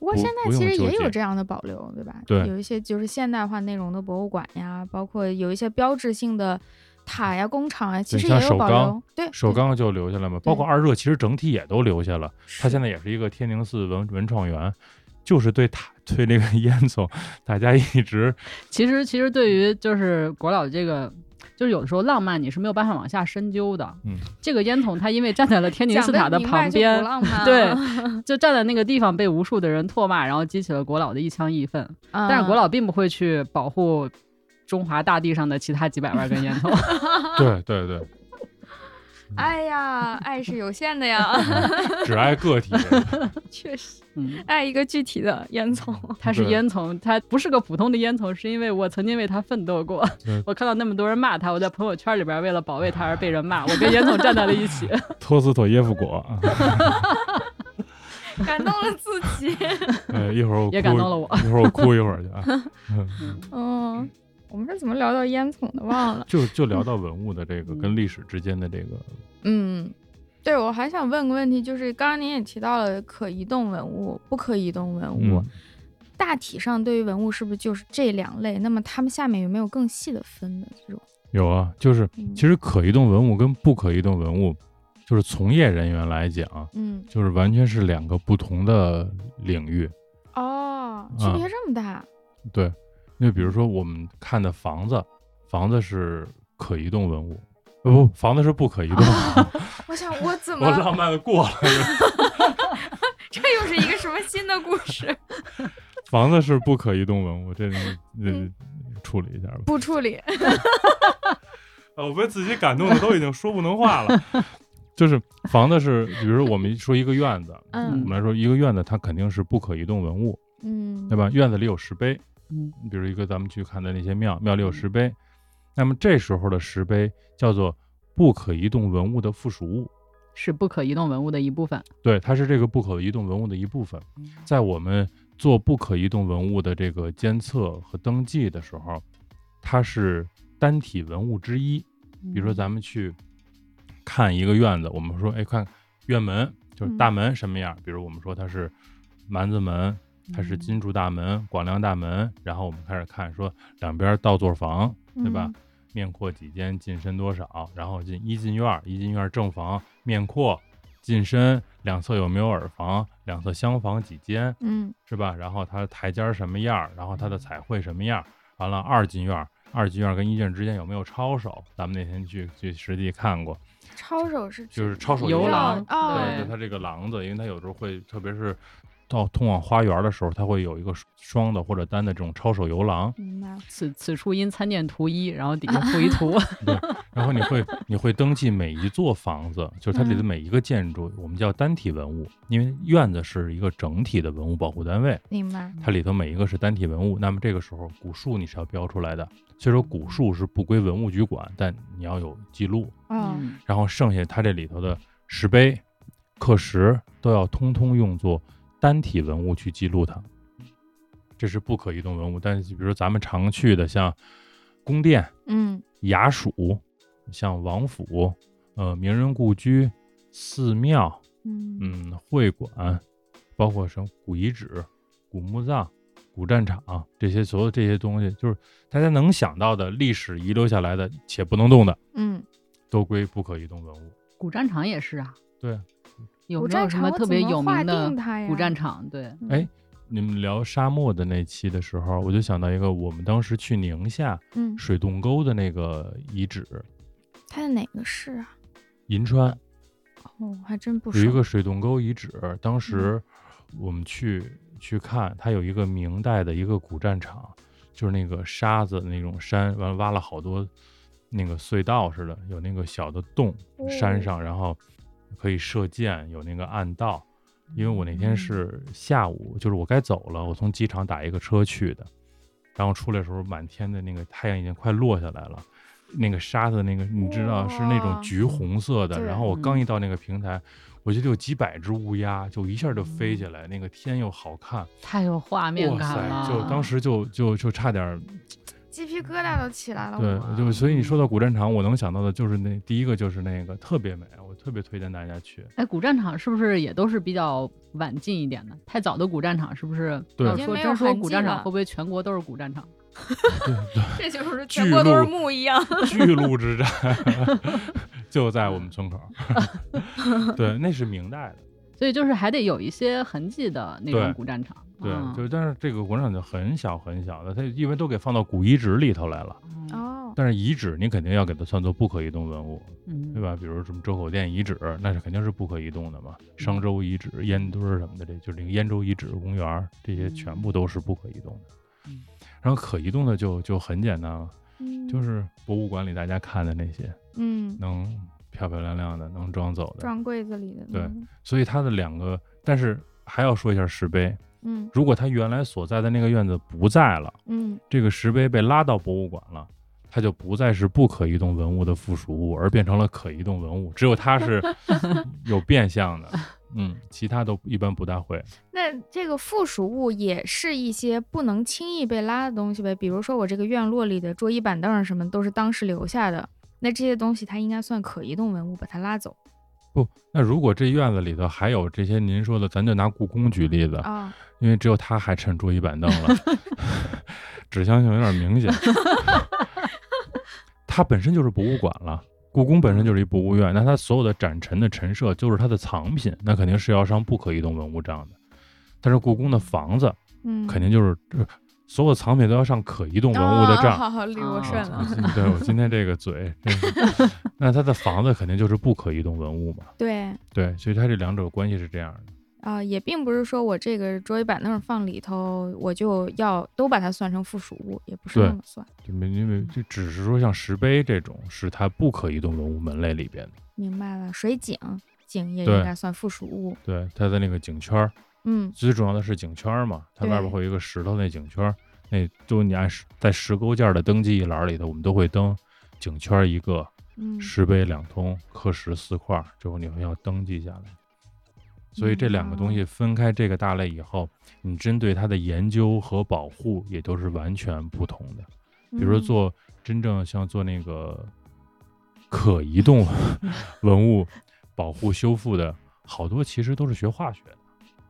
不过
不
现
不
在其
用
实
纠
也有
结
这样的保留，对吧？
对
有一些就是现代化内容的博物馆呀，包括有一些标志性的塔呀、工厂呀，其
对
实
像
也有
首
保
钢
留。对，
嗯
首钢就留下来嘛，包括
对
二热，其实整体也都留下了。它现
在
在也是一个天宁寺文文创园，就是对塔对这个烟囱，大家一 直
其实其实对于就是国老这个。就是有的时候浪漫你是没有办法往下深究的。
嗯，
这个烟囱它因为站在了天宁寺塔的旁 边，
浪漫
对
了，
就站在那个地方被无数的人唾骂，然后激起了国老的一腔义愤。但
嗯
是国老并不会去保护中华大地上的其他几百万根烟 囱。
对对对，
嗯，哎呀，爱是有限的呀，
嗯只爱个 体。
确实，
嗯，
爱一个具体的烟囱。
它是
对
烟囱，它不是个普通的烟囱，是因为我曾经为它奋斗过
嗯。
我看到那么多人骂它，我在朋友圈里边为了保卫它而被人骂，我跟烟囱站在了一 起。
托斯妥耶夫 果，啊
感动了自 己。
呃，一会儿我
也
哭
感动了我
一会儿我哭一会儿去啊。
嗯，我们是怎么聊到烟囱的？忘了。
就就聊到文物的这个
嗯
跟历史之间的这个，
嗯，对，我还想问个问题，就是刚刚您也提到了可移动文物、不可移动文物，
嗯，
大体上对于文物是不是就是这两类？那么它们下面有没有更细的分的这种？
有啊，就是
嗯
其实可移动文物跟不可移动文物，就是从业人员来讲，
嗯，
就是完全是两个不同的领域。
哦，区
啊
别这么大，
对，那比如说我们看的房子，房子是可移动文物，呃不，房子是不可移动文物。
我想我怎 么
我
了？
浪漫的过了，
这又是一个什么新的故事？
房子是不可移动文物，这这
嗯
处理一下吧。
不处理，
呃，我被自己感动的都已经说不能话了。 就是房子是，比如说我们说一个院子，我
嗯
们来说一个院子，它肯定是不可移动文物，
嗯
对，吧？院子里有石碑，
嗯，
比如一个咱们去看的那些庙，庙里有石碑，那么这时候的石碑叫做不可移动文物的附属物，
是不可移动文物的一部分。
对，它是这个不可移动文物的一部分。在我们做不可移动文物的这个监测和登记的时候，它是单体文物之一。比
嗯
如说咱们去看一个院子，我们说，哎，看院门就是大门什么样？比如我们说它是蛮子门，它是金柱大门、广梁大门，然后我们开始看说两边倒座房，对吧？
嗯
面阔几间，进深多少？然后进一进院儿，一进院儿正房面阔。进深两侧有没有耳房？两侧厢房几间？
嗯
是吧？然后它的台阶儿什么样儿，然后它的彩绘什么样儿，完了二进院儿，二进院儿跟一进之间有没有抄手？咱们那天去去实地看过，
抄手是
就是抄手
游
游
廊
廊，
哦
对，就它这个廊子，因为它有时候会，特别是到通往花园的时候，它会有一个双的或者单的这种抄手游廊，
明白了。
嗯此此处应参见图一，然后底下附一 图。
然后你会你会登记每一座房子，就是它里的
嗯
每一个建筑，我们叫单体文物，因为院子是一个整体的文物保护单位，
明白，
它里头每一个是单体文物，那么这个时候古树你是要标出来的。虽说古树是不归文物局管，但你要有记录。
嗯，
然后剩下它这里头的石碑、刻石都要通通用作单体文物去记录它，这是不可移动文物。但是比如说咱们常去的像宫殿、
嗯，
衙署，像王府、呃名人故居、寺庙、
嗯，
嗯会馆，包括什么古遗址、古墓葬、古战场这些所有这些东西，就是大家能想到的历史遗留下来的且不能动的，
嗯，
都归不可移动文物。
古战场也是啊。
对，
有
古
没有
战
什
场
么
我
特
怎
别
么
有
划
名的
定它呀
古战场？对，
哎，你们聊沙漠的那期的时候，我就想到一个，我们当时去宁夏
嗯，
水洞沟的那个遗址
它的哪个市啊？
银川，
哦，我还真不熟。嗯
有一个水洞沟遗址，当时我们去去看，它有一个明代的一个古战场，就是那个沙子那种山，完了挖了好多那个隧道似的，有那个小的洞，
哦
山上，然后可以射箭，有那个暗道。因为我那
嗯
天是下午，就是我该走了，我从机场打一个车去的，然后出来的时候满天的那个太阳已经快落下来了。那个沙子，那个你知道是那种
哇
橘红色的，
对
然后我刚
嗯
一到那个平台，我觉得有几百只乌鸦就一下就飞起来，那个天又好看，
太有画嗯面
哇
感了。
塞！就当时就就就差点儿，
鸡皮疙瘩都起来了。
对
我，
就所以你
嗯
说到古战场，我能想到的就是那第一个就是那个特别美，我特别推荐大家去。
哎，古战场是不是也都是比较晚近一点的？太早的古战场是不是？
对
要
已经
说
没
真
有
说
痕
古
迹
战场，
了
会不会全国都是古战场？
对
这
对，
就是
全巨国都是鹿
墓一 样。
巨鹿之战 就在我们村口儿，对，那是明代的。
所以就是还得有一些痕迹的那种
对
古战场。
对，
嗯
就但是这个广场就很小很小的，它因为都给放到古遗址里头来了。
哦，
但是遗址你肯定要给它算作不可移动文物，
嗯，
对吧？比如什么周口店遗址，那是肯定是不可移动的嘛。商州遗址、烟墩儿什么的，这就是那个烟州遗址公园儿，这些全部都是不可移动的
嗯。
然后可移动的就就很简单了，就是是博物馆里大家看的那些，
嗯，
能漂漂亮亮的，能装走的。
装柜子里的。
对，所以它的两个，但是还要说一下石碑，
嗯
如果它原来所在的那个院子不在了，
嗯，
这个石碑被拉到博物馆了，它就不再是不可移动文物的附属物，而变成了可移动文物。只有它是有变相的，嗯，其他都一般不大会。
那这个附属物也是一些不能轻易被拉的东西呗，比如说我这个院落里的桌椅板凳什么都是当时留下的，那这些东西它应该算可移动文物，把它拉走
不，那如果这院子里头还有这些您说的，咱就拿故宫举例子，
啊。
因为只有它还趁桌椅板凳了， 指向性有点明显。 它本身就是博物馆了，故宫本身就是一博物院，那它所有的展陈的陈设就是它的藏品，那肯定是要上不可移动文物账的。但是故宫的房子
嗯，
肯定就是、呃所有藏品都要上可移动文物的
哦
账。啊
好好捋我顺
我
了。
今对我今天这个嘴，真是 那它的房子肯定就是不可移动文物嘛？
对，
对，所以它这两者关系是这样的。
啊、也并不是说我这个桌椅板凳放里头，我就要都把它算成附属物，也不是那
对
么算。
就没因为就只是说像石碑这种是它不可移动文物门类里边的，
明白了，水井井也
对
应该算附属物。
对它的那个景圈儿，
嗯，
最重要的是景圈儿嘛，它外边
对
会有一个石头那景圈儿，那就你按石在石勾件儿的登记一栏儿里头，我们都会登景圈儿一个，
嗯，
石碑两通，刻石四块儿，之后你们要登记下来。所以这两个东
嗯
西分开这个大类以后，你针对它的研究和保护也都是完全不同的。比如说
嗯
做真正像做那个可移动 文物保护修复的，好多其实都是学化学的，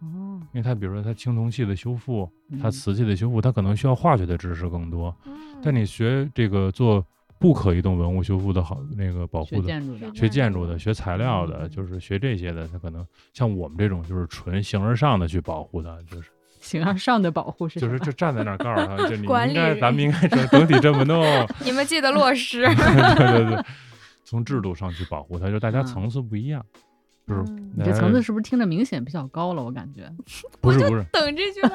哦，
因为它比如说它青铜器的修复，它
嗯
瓷器的修复，它可能需要化学的知识更多。
嗯
但你学这个做不可移动文物修复的好那个保
学
护的，
建筑的，
学建筑的、学材料
嗯
的，就是学这些的，他可能像我们这种就是纯形而上的去保护它，就是
形而上的保护是什
就
么？
是这站在那儿告诉他，就你
管
应该，
理
咱们应该整整体这么弄，
哦你们记得落 实。
对对对，从制度上去保护他，就大家
啊
层次不一样，就是
嗯
你这
哎
层次是不是听着明显比较高了？我感觉
不是不是
等这句话，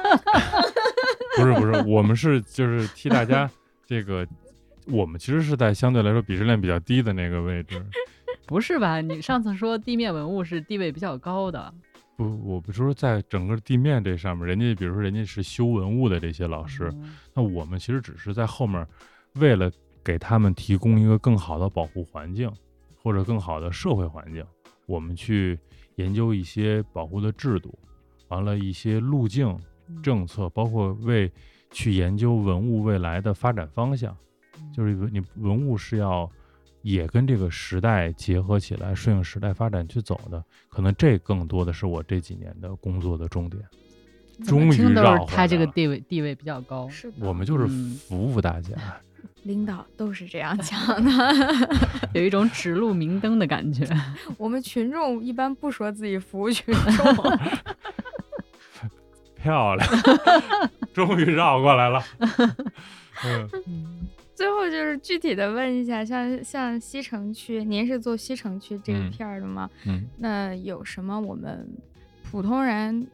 不是不是，我们是就是替大家这个，我们其实是在相对来说鄙视链比较低的那个位置。
不是吧？你上次说地面文物是地位比较高的，
不，我不是说在整个地面这上面，人家比如说人家是修文物的这些老师，
嗯
那我们其实只是在后面，为了给他们提供一个更好的保护环境，或者更好的社会环境，我们去研究一些保护的制度，完了一些路径
嗯
政策，包括为去研究文物未来的发展方向，
嗯
就是你文物是要。也跟这个时代结合起来，顺应时代发展去走的，可能这更多的是我这几年的工作的重点。
怎么
终于
听都
绕
是
回
他这
来
个
了
地位地位比较高，
是的
我们就是
嗯
服务大家，
领导都是这样讲的。
有一种指路明灯的感觉。
我们群众一般不说自己服务群 众，
漂 亮，终于绕过来了。嗯，
嗯
最后就是具体的问一下，像像西城区，您是做西城区这一
嗯
片儿的吗？
嗯，
那有什么我们普通人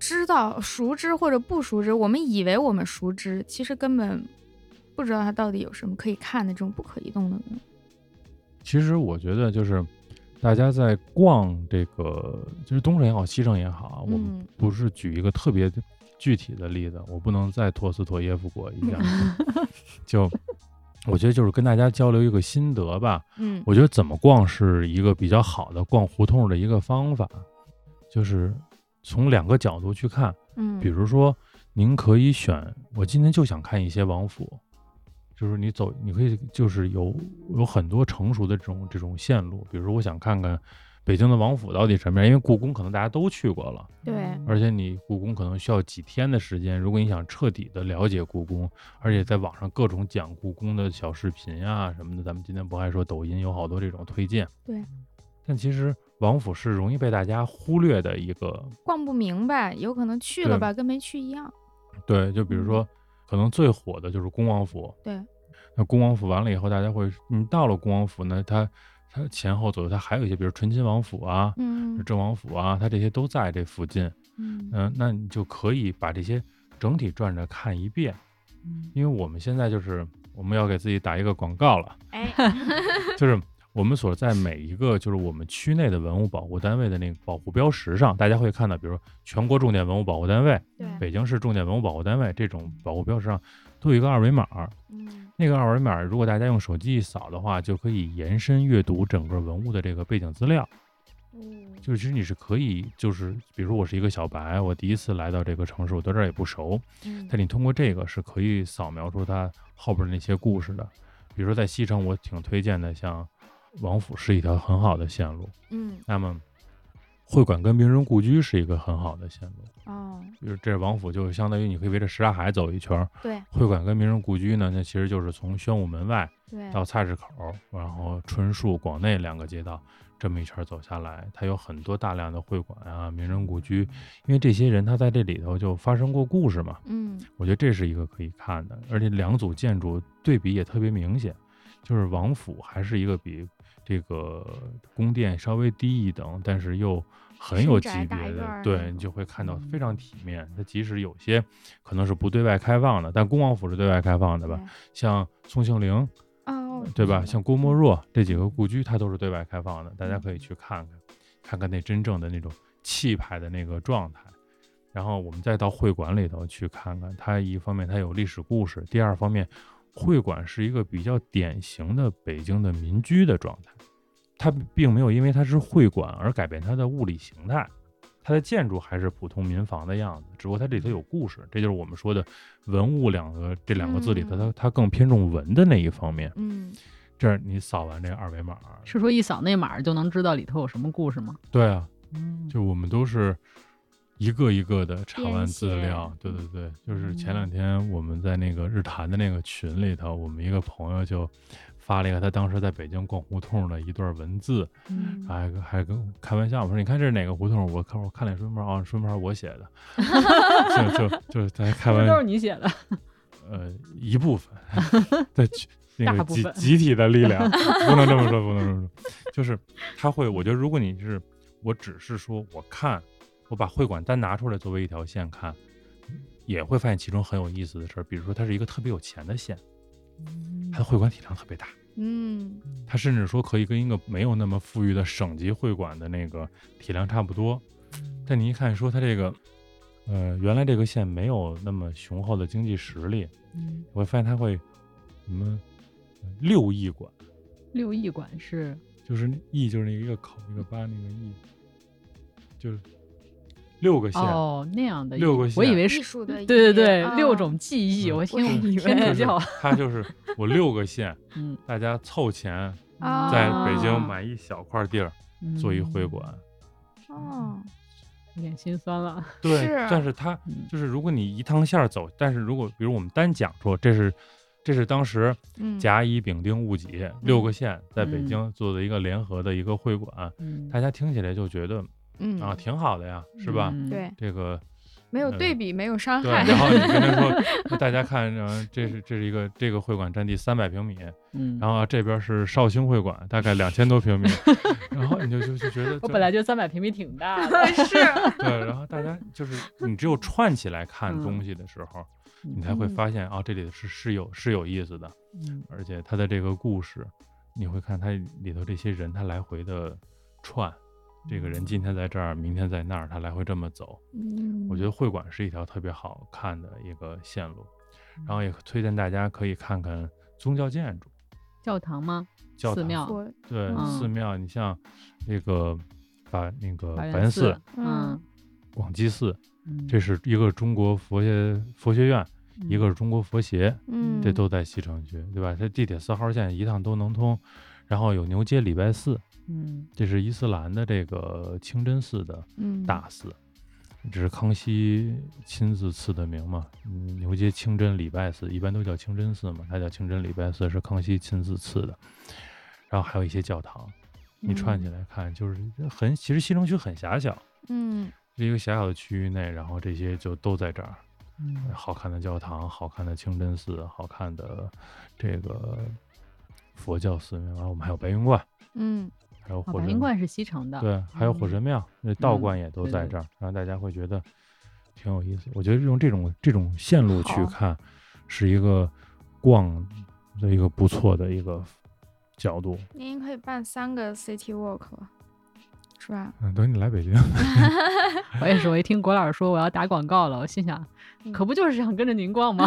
知道、熟知或者不熟知？我们以为我们熟知，其实根本不知道它到底有什么可以看的这种不可移动的呢？
其实我觉得就是大家在逛这个，就是东城也好，西城也好啊，我们
嗯
不是举一个特别具体的例子，我不能再托斯妥耶夫过一下，就。我觉得就是跟大家交流一个心得吧。
嗯
我觉得怎么逛是一个比较好的逛胡同的一个方法，就是从两个角度去看。
嗯，
比如说，您可以选，我今天就想看一些王府，就是你走，你可以就是有有很多成熟的这种这种线路，比如说我想看看北京的王府到底什么样，因为故宫可能大家都去过了，
对，
而且你故宫可能需要几天的时间，如果你想彻底的了解故宫，而且在网上各种讲故宫的小视频啊什么的，咱们今天不还说抖音有好多这种推荐，
对，
但其实王府是容易被大家忽略的一个
逛不明白，有可能去了
对
吧，跟没去一样。
对，就比如说，可能最火的就是恭王府。
对，
那恭王府完了以后，大家会，你到了恭王府呢，它它前后左右它还有一些，比如醇亲王府啊、
嗯
郑王府啊，它这些都在这附近。
嗯
嗯、那你就可以把这些整体转着看一遍，
嗯
因为我们现在就是我们要给自己打一个广告了，
哎，
就是。我们所在每一个就是我们区内的文物保护单位的那个保护标识上，大家会看到，比如说全国重点文物保护单位，
对，
北京市重点文物保护单位这种保护标识上都有一个二维码儿，
嗯
那个二维码儿如果大家用手机一扫的话，就可以延伸阅读整个文物的这个背景资料。
嗯
就是其实你是可以，就是比如说我是一个小白，我第一次来到这个城市，我对这儿也不熟，
嗯
但你通过这个是可以扫描出它后边儿那些故事的。比如说在西城，我挺推荐的，像王府是一条很好的线路，
嗯
那么会馆跟名人故居是一个很好的线路。
哦，
比如这王府就相当于你可以围着什刹海走一圈儿，
对
会馆跟名人故居呢，那其实就是从宣武门外
对，
到菜市口，然后春树、广内两个街道这么一圈儿走下来，它有很多大量的会馆啊、名人故居，因为这些人他在这里头就发生过故事嘛，
嗯
我觉得这是一个可以看的，而且两组建筑对比也特别明显，就是王府还是一个比这个宫殿稍微低一等，但是又很有级
深宅大
别
院儿
的，
那
对
种嗯
你就会看到非常体面。它即使有些可能是不对外开放的，但恭王府是对外开放的吧？？像宋庆龄，
对哦，
对吧？
是的
像郭沫若这几个故居，它都是对外开放的，大家可以去看看，看看那真正的那种气派的那个状态。然后我们再到会馆里头去看看，它一方面它有历史故事，第二方面，会馆是一个比较典型的北京的民居的状态，它并没有因为它是会馆而改变它的物理形态，它的建筑还是普通民房的样子，只不过它这里头有故事，这就是我们说的文物两个这两个字里头，它它更偏重文的那一方面。
嗯
这儿你扫完这二维码，
是说一扫那码儿就能知道里头有什么故事吗？
对啊，
嗯
就我们都是一个一个的查完
编
资
写
料，对对对，就是前两天我们在那个日坛的那个群里头，我们一个朋友就发了一个他当时在北京逛胡同的一段文字，
嗯
还还跟我开玩笑，我说你看这是哪个胡同？我看我看脸书牌啊，书牌我写的，就就就是在开
不
玩
是都是你写的？
呃一 部分，在群那
大
个
部
集
分
集体的 力量，不能这么说，不能这么说，就是他会，我觉得如果你是，我只是说我看，我把会馆单拿出来作为一条线看，也会发现其中很有意思的事儿，比如说它是一个特别有钱的线，它的会馆体量特别大，
嗯
它甚至说可以跟一个没有那么富裕的省级会馆的那个体量差不多。但你一看说它这个，呃，原来这个县没有那么雄厚的经济实力，
嗯
我发现它会什么呃六亿馆，
六艺馆是
就是那亿就是那一个口一个八那个亿，就是六个县。
哦那样的艺，
六个
我以为
县
嗯艺
是
术的
对对
艺
对、
啊
六种技艺，
嗯
我
我
听
也哦以为
天
就
主
是
教，
它就是我六个县，
嗯，
大家凑钱
啊
在北京
哦嗯
买一小块地儿做一会馆，
哦，
嗯有点心酸了。
对，
是
但是它
嗯
就是如果你一趟线儿走，但是如果比如我们单讲说这是这是当时
嗯，
甲乙丙丁戊己六个县在北
嗯
京做的一个联合的一个会馆，
嗯
大家听起来就觉得
嗯
啊挺好的呀，是吧？
嗯，啊
对，
这个
没有
呃
对比，没有伤
对，
害，
然后你跟他说， 那大家看，呃，这是这是一个这个会馆占地三百平米，
嗯，
然后啊这边是绍兴会馆，大概两千 多平米，然后你就就就觉
嗯
得
我
就
本来就三百平米挺大 的，
对，然后大家就是你只有串起来
嗯
看东西的时候，你才会发现啊，这里是是有是有意思的，
嗯
而且它的这个故事，你会看它里头这些人，他来回的串，这个人
嗯
今天在这儿，明天在那儿，他来回这么走，
嗯，
我觉得会馆是一条特别好看的一个线路，然后也推荐大家可以看看宗教建筑、
教堂吗？
教
寺
堂呃
庙
我
对、
嗯
寺庙，你像那个法那个
法源
白云寺、
寺
嗯
广济寺，
嗯，
这是一个中国佛学佛学院，一个是中国佛协，
嗯，
这都在西城区，对吧？它地铁四号线一趟都能通，然后有牛街礼拜寺，
嗯
这是伊斯兰的这个清真寺的
嗯
大寺，这是康熙亲自赐的名嘛。嗯牛街清真礼拜寺一般都叫清真寺嘛，它叫清真礼拜寺是康熙亲自赐的。然后还有一些教堂，
嗯
你串起来看，就是很其实西城区很狭小，
嗯
是一个狭小的区域内，然后这些就都在这儿。
嗯
好看的教堂，好看的清真寺，好看的这个佛教寺庙，然后我们还有白云观，
嗯
还有
哦
火
白
神
云观是西城的，
对，还有火
嗯
神庙，那道
嗯
观也都
对
在
对
这儿，然后大家会觉得挺有意思。我觉得用这种这种线路去
好
看，是一个逛的一个不错的一个角度。
您可以办三个 City Walk 了，是吧？
嗯，等你来北京，
我也是，我一听郭老师说我要打广告了，我心想，可不就是想跟着您逛 吗？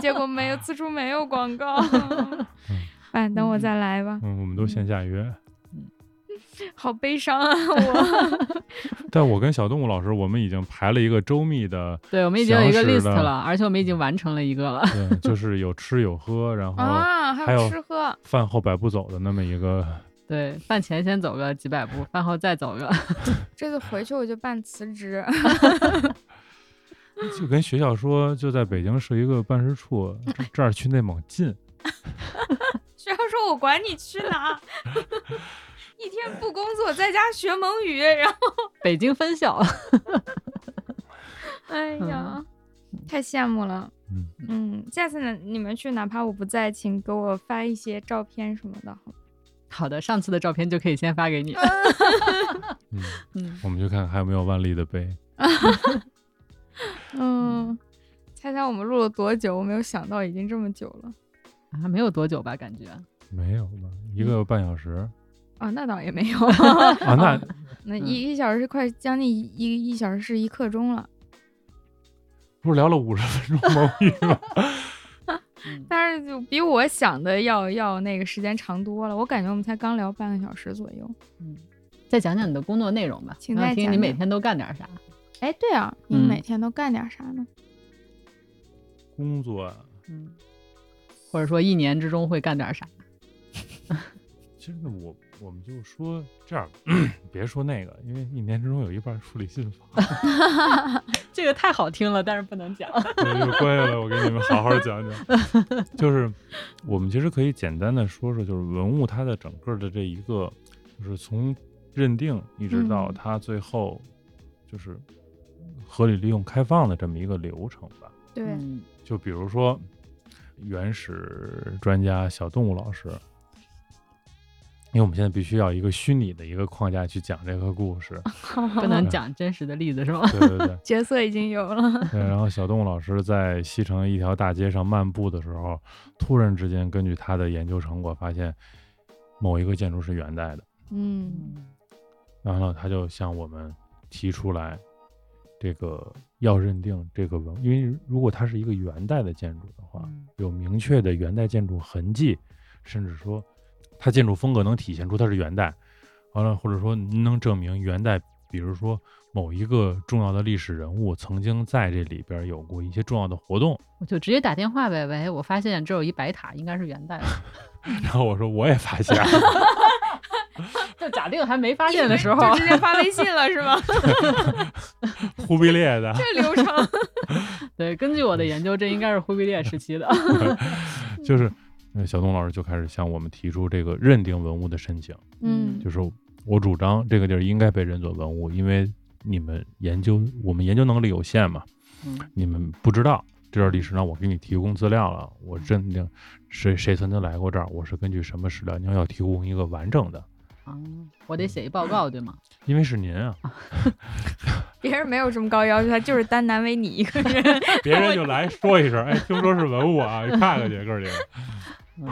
结果没有，此处没有广 告。哎，等我再来吧，
嗯，我们都线下约。
好悲伤啊！我
但我跟小动物老师，我们已经排了一个周密的，
对，我们已经有一个
详实
list
的
了，而且我们已经完成了一个了。
对，就是有吃有 喝， 然后
啊，还
还有
有吃喝，
饭后百步走的那么一个。
对，饭前先走个几百步，饭后再走 个。
这次回去我就办辞职。
就跟学校说，就在北京设一个办事处，这这儿去内蒙近。
学校说我管你 去哪，一天不工作，在家学蒙语，然后
北京分校，
哎呀，太羡慕了。
嗯
嗯，下次呢，你们去，哪怕我不在，请给我发一些照片什么的。
好的，上次的照片就可以先发给你。
嗯，
嗯，
我们就看看还有没有万历的碑。
嗯，猜猜我们录了多久？我没有想到已经这么久了。
还啊没有多久吧，感觉。
没有吧？一个半小时
啊，那倒也没 有，
啊？那
那一一小时快将近一一一小时是一刻钟了，
不是聊了五十分钟蒙语吗？
嗯
但是就比我想的要要那个时间长多了。我感觉我们才刚聊半个小时左右。
嗯，再讲讲你的工作内容吧，
请
我想
再
听
讲
你每
讲
天都干点啥。
哎，对啊，你们
嗯
每天都干点啥呢？
工作啊，
嗯，或者说一年之中会干点啥？
其实我我们就说这样， 别说那个，因为一年之中有一半处理信访，
这个太好听了，但是不能讲。
我有关系了，我给你们好好讲讲。就是我们其实可以简单的说说，就是文物它的整个的这一个，就是从认定一直到
嗯
它最后就是合理利用开放的这么一个流程吧。
对，
嗯
就比如说原始专家小动物老师，因为我们现在必须要一个虚拟的一个框架去讲这个故事，
不能讲真实的例子是 吗？
对对对。
角色已经有了，
对然后小动物老师在西城一条大街上漫步的时候，突然之间根据他的研究成果发现，某一个建筑是元代的，
嗯，
然后呢他就向我们提出来，这个要认定这个文，因为如果它是一个元代的建筑的话，
嗯
有明确的元代建筑痕迹，甚至说它建筑风格能体现出它是元代，完了或者说您能证明元代，比如说某一个重要的历史人物曾经在这里边有过一些重要的活动。
我就直接打电话呗。喂，我发现这有一白塔，应该是元代的。
然后我说我也发现了，
就假定还没发现的时候，
就直接发微信了是 吗？
忽必烈的，
这流程，
对，根据我的研究，这应该是忽必烈时期的。
就是呃小东老师就开始向我们提出这个认定文物的申请，
嗯
就是我主张这个地儿应该被认作文物，因为你们研究我们研究能力有限嘛，
嗯
你们不知道这段历史，让我给你提供资料了。我认定谁谁曾经来过这儿，我是根据什么史料，您要提供一个完整的，
啊，我得写一报告，对吗？
因为是您啊，
别人没有这么高要求，他就是单难为你一个人。
别人就来说一声，哎，听说是文物啊，你看看去，哥儿几个。
嗯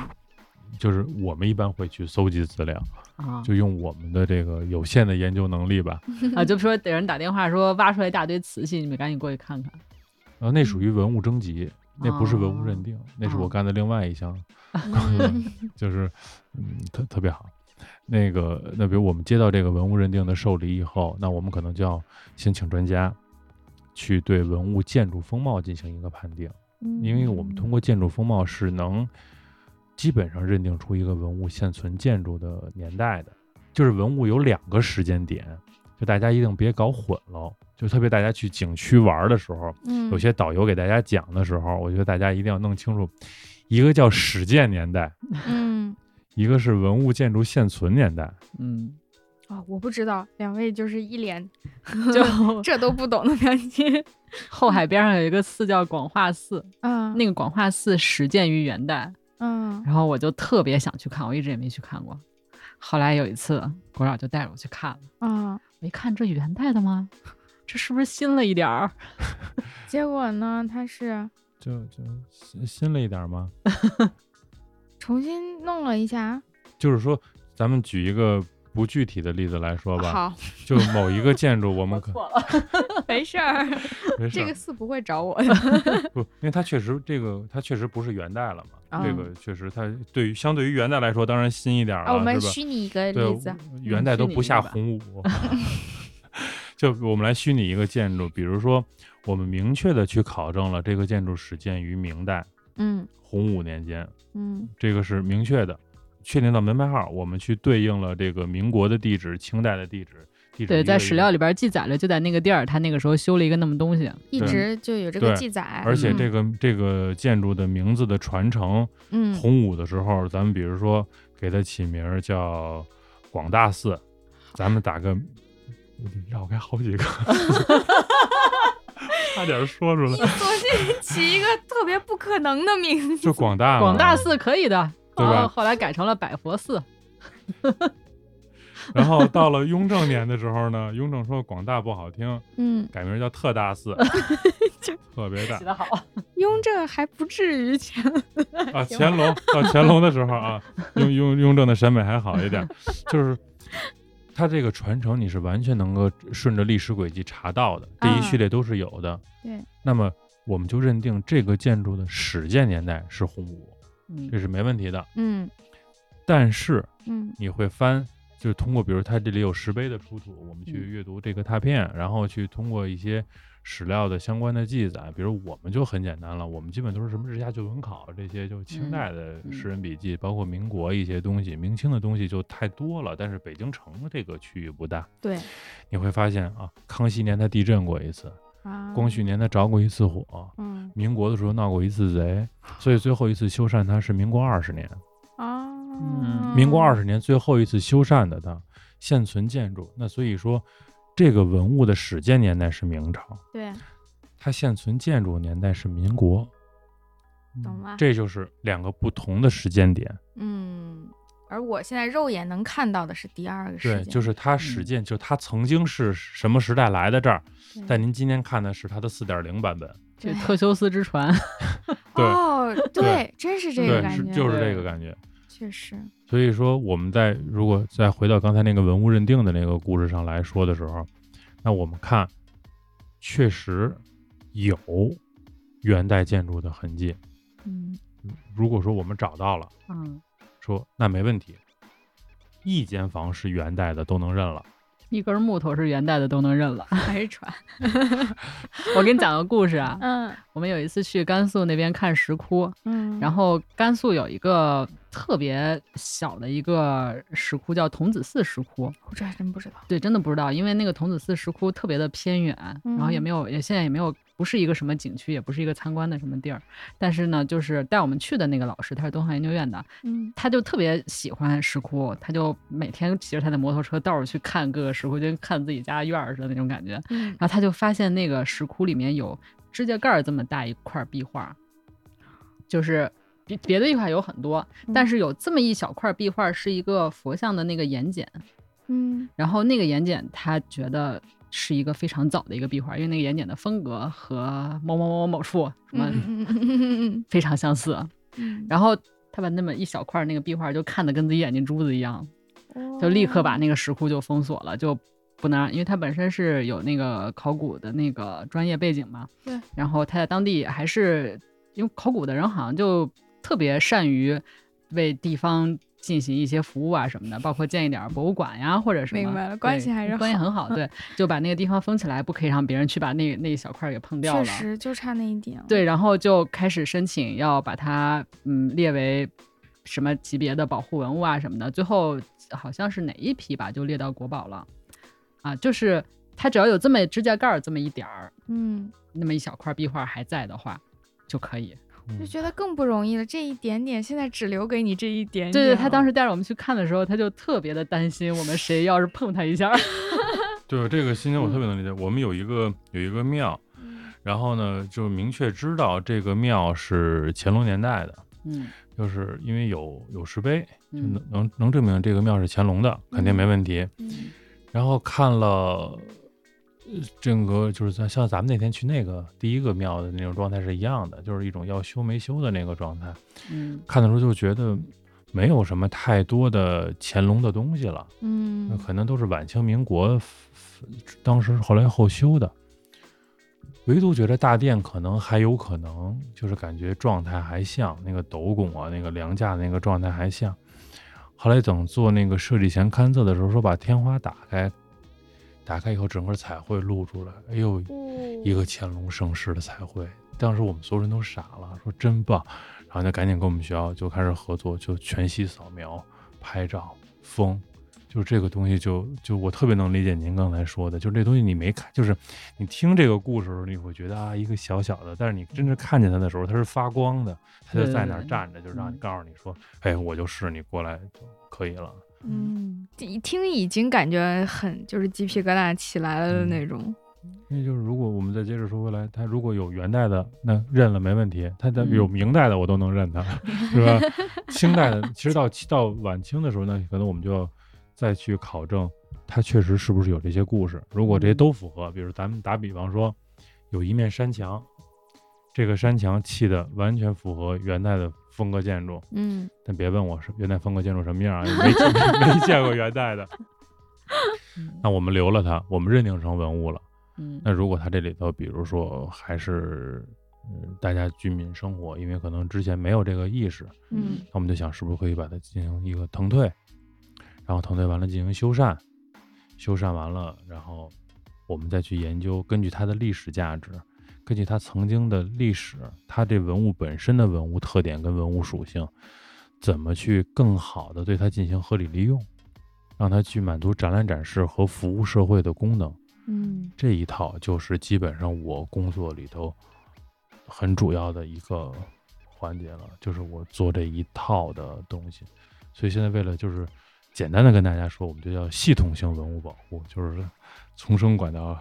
就是我们一般会去搜集资料，
啊
就用我们的这个有限的研究能力吧。
啊，就说有人打电话说挖出来一大堆瓷器，你们赶紧过去看看。
然后呃那属于文物征集，那不是文物认
哦
定，那是
哦
我干的另外一项
嗯
就是嗯，特特别好。那个，那比如我们接到这个文物认定的受理以后，那我们可能就要先请专家去对文物建筑风貌进行一个判定，
嗯
因为我们通过建筑风貌是能基本上认定出一个文物现存建筑的年代的。就是文物有两个时间点，就大家一定别搞混了。就特别大家去景区玩儿的时候，
嗯
有些导游给大家讲的时候，我觉得大家一定要弄清楚，一个叫始建年代，
嗯
一个是文物建筑现存年代，
嗯，
啊、我不知道，两位就是一 脸
就
这都不懂的表 情。
后海边上有一个寺叫广化寺，
嗯，
那个广化寺始建于元代，
嗯
然后我就特别想去看，我一直也没去看过。后来有一次，国老就带着我去看了，
嗯，
我一看这元代的吗？这是不是新了一点儿？
结果呢，他是
就就新新了一点吗？
重新弄了一下。
就是说，咱们举一个不具体的例子来说 吧，
好，
就某一个建筑，我 们可
了，
没事儿，
没事
这个
儿，
四不会找我
啊
的。
不，因为它确实这个它确实不是元代了嘛，这
嗯
个确实它对于相对于元代来说，当然新一点儿
啊，我
了，
们
是吧？
虚拟一个
对
例子。，
元
嗯
代
虚
都
拟
不
一
下
个吧
洪武。 就我们来虚拟一个建筑，比如说，我们明确的去考证了这个建筑始建于明代
嗯
洪武年间，
嗯
这个是明确的，确定到门牌号，我们去对应了这个民国的地址、清代的地址，地址一
对，
个
在
一
史
个
料，里边记载了，就在那个地儿，他那个时候修了一个那么东西。
一
对
直就有这个
对
记载，
而且
嗯
这个、这个建筑的名字的传承，
嗯
洪武的时候，咱们比如说给它起名儿叫广大寺，咱们打个我得绕开好几个，差点说出 来，
索性起一个特别不可能的名字。
就广大嘛
广大寺可以的，
对吧
啊后来改成了百佛寺。
然后到了雍正年的时候呢，雍正说广大不好听，
嗯，
改名儿叫特大 寺，特别大。
得好，
雍正还不至于前
啊，
行
乾隆到乾隆的时候啊，雍雍雍正的审美还好一点，就是他这个传承你是完全能够顺着历史轨迹查到的，这一
啊
系列都是有的。
对，
那么我们就认定这个建筑的始建年代是洪武，
嗯
这是没问题的。
嗯
但是
嗯
你会翻就是通过比如它这里有石碑的出土，我们去
嗯
阅读这个拓片，然后去通过一些史料的相关的记载，比如我们就很简单了，我们基本都是什么《日下旧闻考》这些，就清代的
嗯
诗人笔记，包括民国一些东西，明清的东西就太多了，但是北京城这个区域不大，
对
你会发现啊，康熙年它地震过一次，
啊，
光绪年它着过一次火。
嗯
民国的时候闹过一次贼，所以最后一次修缮它是民国二十年。
啊，
嗯民国二十年最后一次修缮的它现存建筑，那所以说这个文物的始建年代是明朝，
对，
它现存建筑年代是民国，嗯
懂了，
这就是两个不同的时间点。
嗯。而我现在肉眼能看到的是第二个事
对，
件，
就是它始建，就它曾经是什么时代来的这儿，但您今天看的是它的四点零版本。
这
对
特修斯之船，
对
哦，对，真是这个
对，
感
是
觉，
就是
对
这个感觉。
确实，
所以说，我们在如果再回到刚才那个文物认定的那个故事上来说的时候，那我们看，确实有元代建筑的痕迹。
嗯，
如果说我们找到了，
嗯，
说那没问题，一间房是元代的都能认了。
一根木头是元代的都能认了。
还是船，
我给你讲个故事啊，
嗯
我们有一次去甘肃那边看石窟，
嗯，
然后甘肃有一个特别小的一个石窟叫童子寺石窟，
我这还真不知道，
对，真的不知道，因为那个童子寺石窟特别的偏远，然后也
嗯
没有，也现在也没有，不是一个什么景区，也不是一个参观的什么地儿。但是呢，就是带我们去的那个老师，他是东华研究院的，
嗯，
他就特别喜欢石窟，他就每天骑着他的摩托车到处去看各个石窟，就跟看自己家院儿似的那种感觉。
嗯
然后他就发现那个石窟里面有指甲盖儿这么大一块壁画，就是别别的壁画有很多，但
嗯
是有这么一小块壁画是一个佛像的那个眼睑，
嗯
然后那个眼睑他觉得是一个非常早的一个壁画，因为那个眼睑的风格和某某某某处什么
嗯嗯嗯
非常相似，
嗯
然后。他把那么一小块那个壁画就看得跟自己眼睛珠子一样，
嗯，
就立刻把那个石窟就封锁了，就不能让，因为他本身是有那个考古的那个专业背景嘛。
对。
然后他在当地还是因为考古的人好像就特别善于为地方进行一些服务啊什么的，包括建一点儿博物馆呀或者什么。
明白了关系
对
还是
关系
好
很好，对，就把那个地方封起来，不可以让别人去把那那一小块儿给碰掉
确
了。
实就差那一点，，
对，然后就开始申请要把它嗯列为什么级别的保护文物啊什么的，最后好像是哪一批吧，就列到国宝了。啊，就是它只要有这么指甲盖儿这么一点儿，
嗯，
那么一小块壁画还在的话，就可以。
哎
就觉得更不容易了，这一点点现在只留给你这一点点，
对对，他当时带着我们去看的时候，他就特别的担心，我们谁要是碰他一下儿，
对这个心情我特别能理解。我们有一个有一个庙，然后呢就明确知道这个庙是乾隆年代的，
嗯
就是因为有有石碑，就
嗯
能能能证明这个庙是乾隆的，肯定没问题。
嗯
然后看了呃整个，就是像像咱们那天去那个第一个庙的那种状态是一样的，就是一种要修没修的那个状态。
嗯
看的时候就觉得没有什么太多的乾隆的东西了，那
嗯，
可能都是晚清民国当时后来后修的。唯独觉得大殿可能还有可能，就是感觉状态还像那个斗拱啊，那个梁架那个状态还像。后来等做那个设计前勘测的时候，说把天花打开，打开以后整个彩绘露出来，哎呦，一个乾隆盛世的彩绘。当时我们所有人都傻了，说真棒，然后就赶紧跟我们学校就开始合作，就全息扫描、拍照、封，就这个东西就就我特别能理解您刚才说的，就这东西你没看，就是你听这个故事的时候，你会觉得啊一个小小的，但是你真正看见它的时候，它是发光的，它就在那儿
对
站着，就让你
嗯
告诉你说，哎，我就是你过来就可以了。
嗯，一听已经感觉很就是鸡皮疙瘩起来了的那种，
那就是如果我们再接着说回来，它如果有元代的，那认了没问题；它的有
嗯
明代的，我都能认它，是吧？清代的，其实到到晚清的时候呢，可能我们就要再去考证，它确实是不是有这些故事。如果这些都符合，比如咱们打比方说，有一面山墙，这个山墙砌的完全符合元代的风格建筑，
嗯
但别问我是元代风格建筑什么样啊，没见 没见过元代的，那我们留了它，我们认定成文物了。
嗯
那如果它这里头，比如说还是嗯大家居民生活，因为可能之前没有这个意识，
嗯
那我们就想是不是可以把它进行一个腾退，然后团队完了进行修缮，修缮完了，然后我们再去研究，根据它的历史价值，根据它曾经的历史，它这文物本身的文物特点跟文物属性，怎么去更好的对它进行合理利用，让它去满足展览展示和服务社会的功能。
嗯
这一套就是基本上我工作里头很主要的一个环节了，就是我做这一套的东西。所以现在为了就是简单的跟大家说，我们就叫系统性文物保护，就是从生管到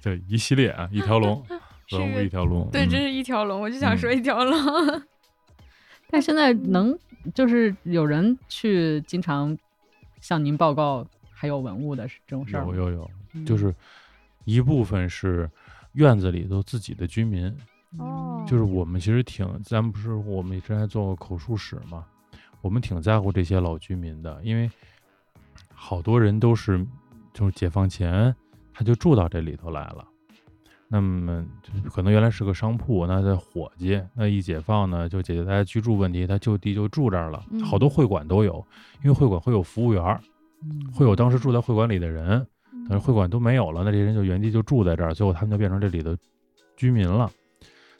就一系列啊，一条龙
是
文物一条龙。
对，
嗯
真是一条龙，我就想说
嗯
一条龙。
但现在能就是有人去经常向您报告还有文物的这种事儿吗
有有有，
嗯
就是一部分是院子里头自己的居民，
哦
就是我们其实挺，咱们不是我们之前还做过口述史嘛，我们挺在乎这些老居民的，因为好多人都是就是解放前他就住到这里头来了，那么就可能原来是个商铺，那在伙计，那一解放呢就解决大家居住问题，他就地就住这儿了，好多会馆都有，因为会馆会有服务员儿，
嗯
会有当时住在会馆里的人，但是会馆都没有了，那这些人就原地就住在这儿，最后他们就变成这里的居民了。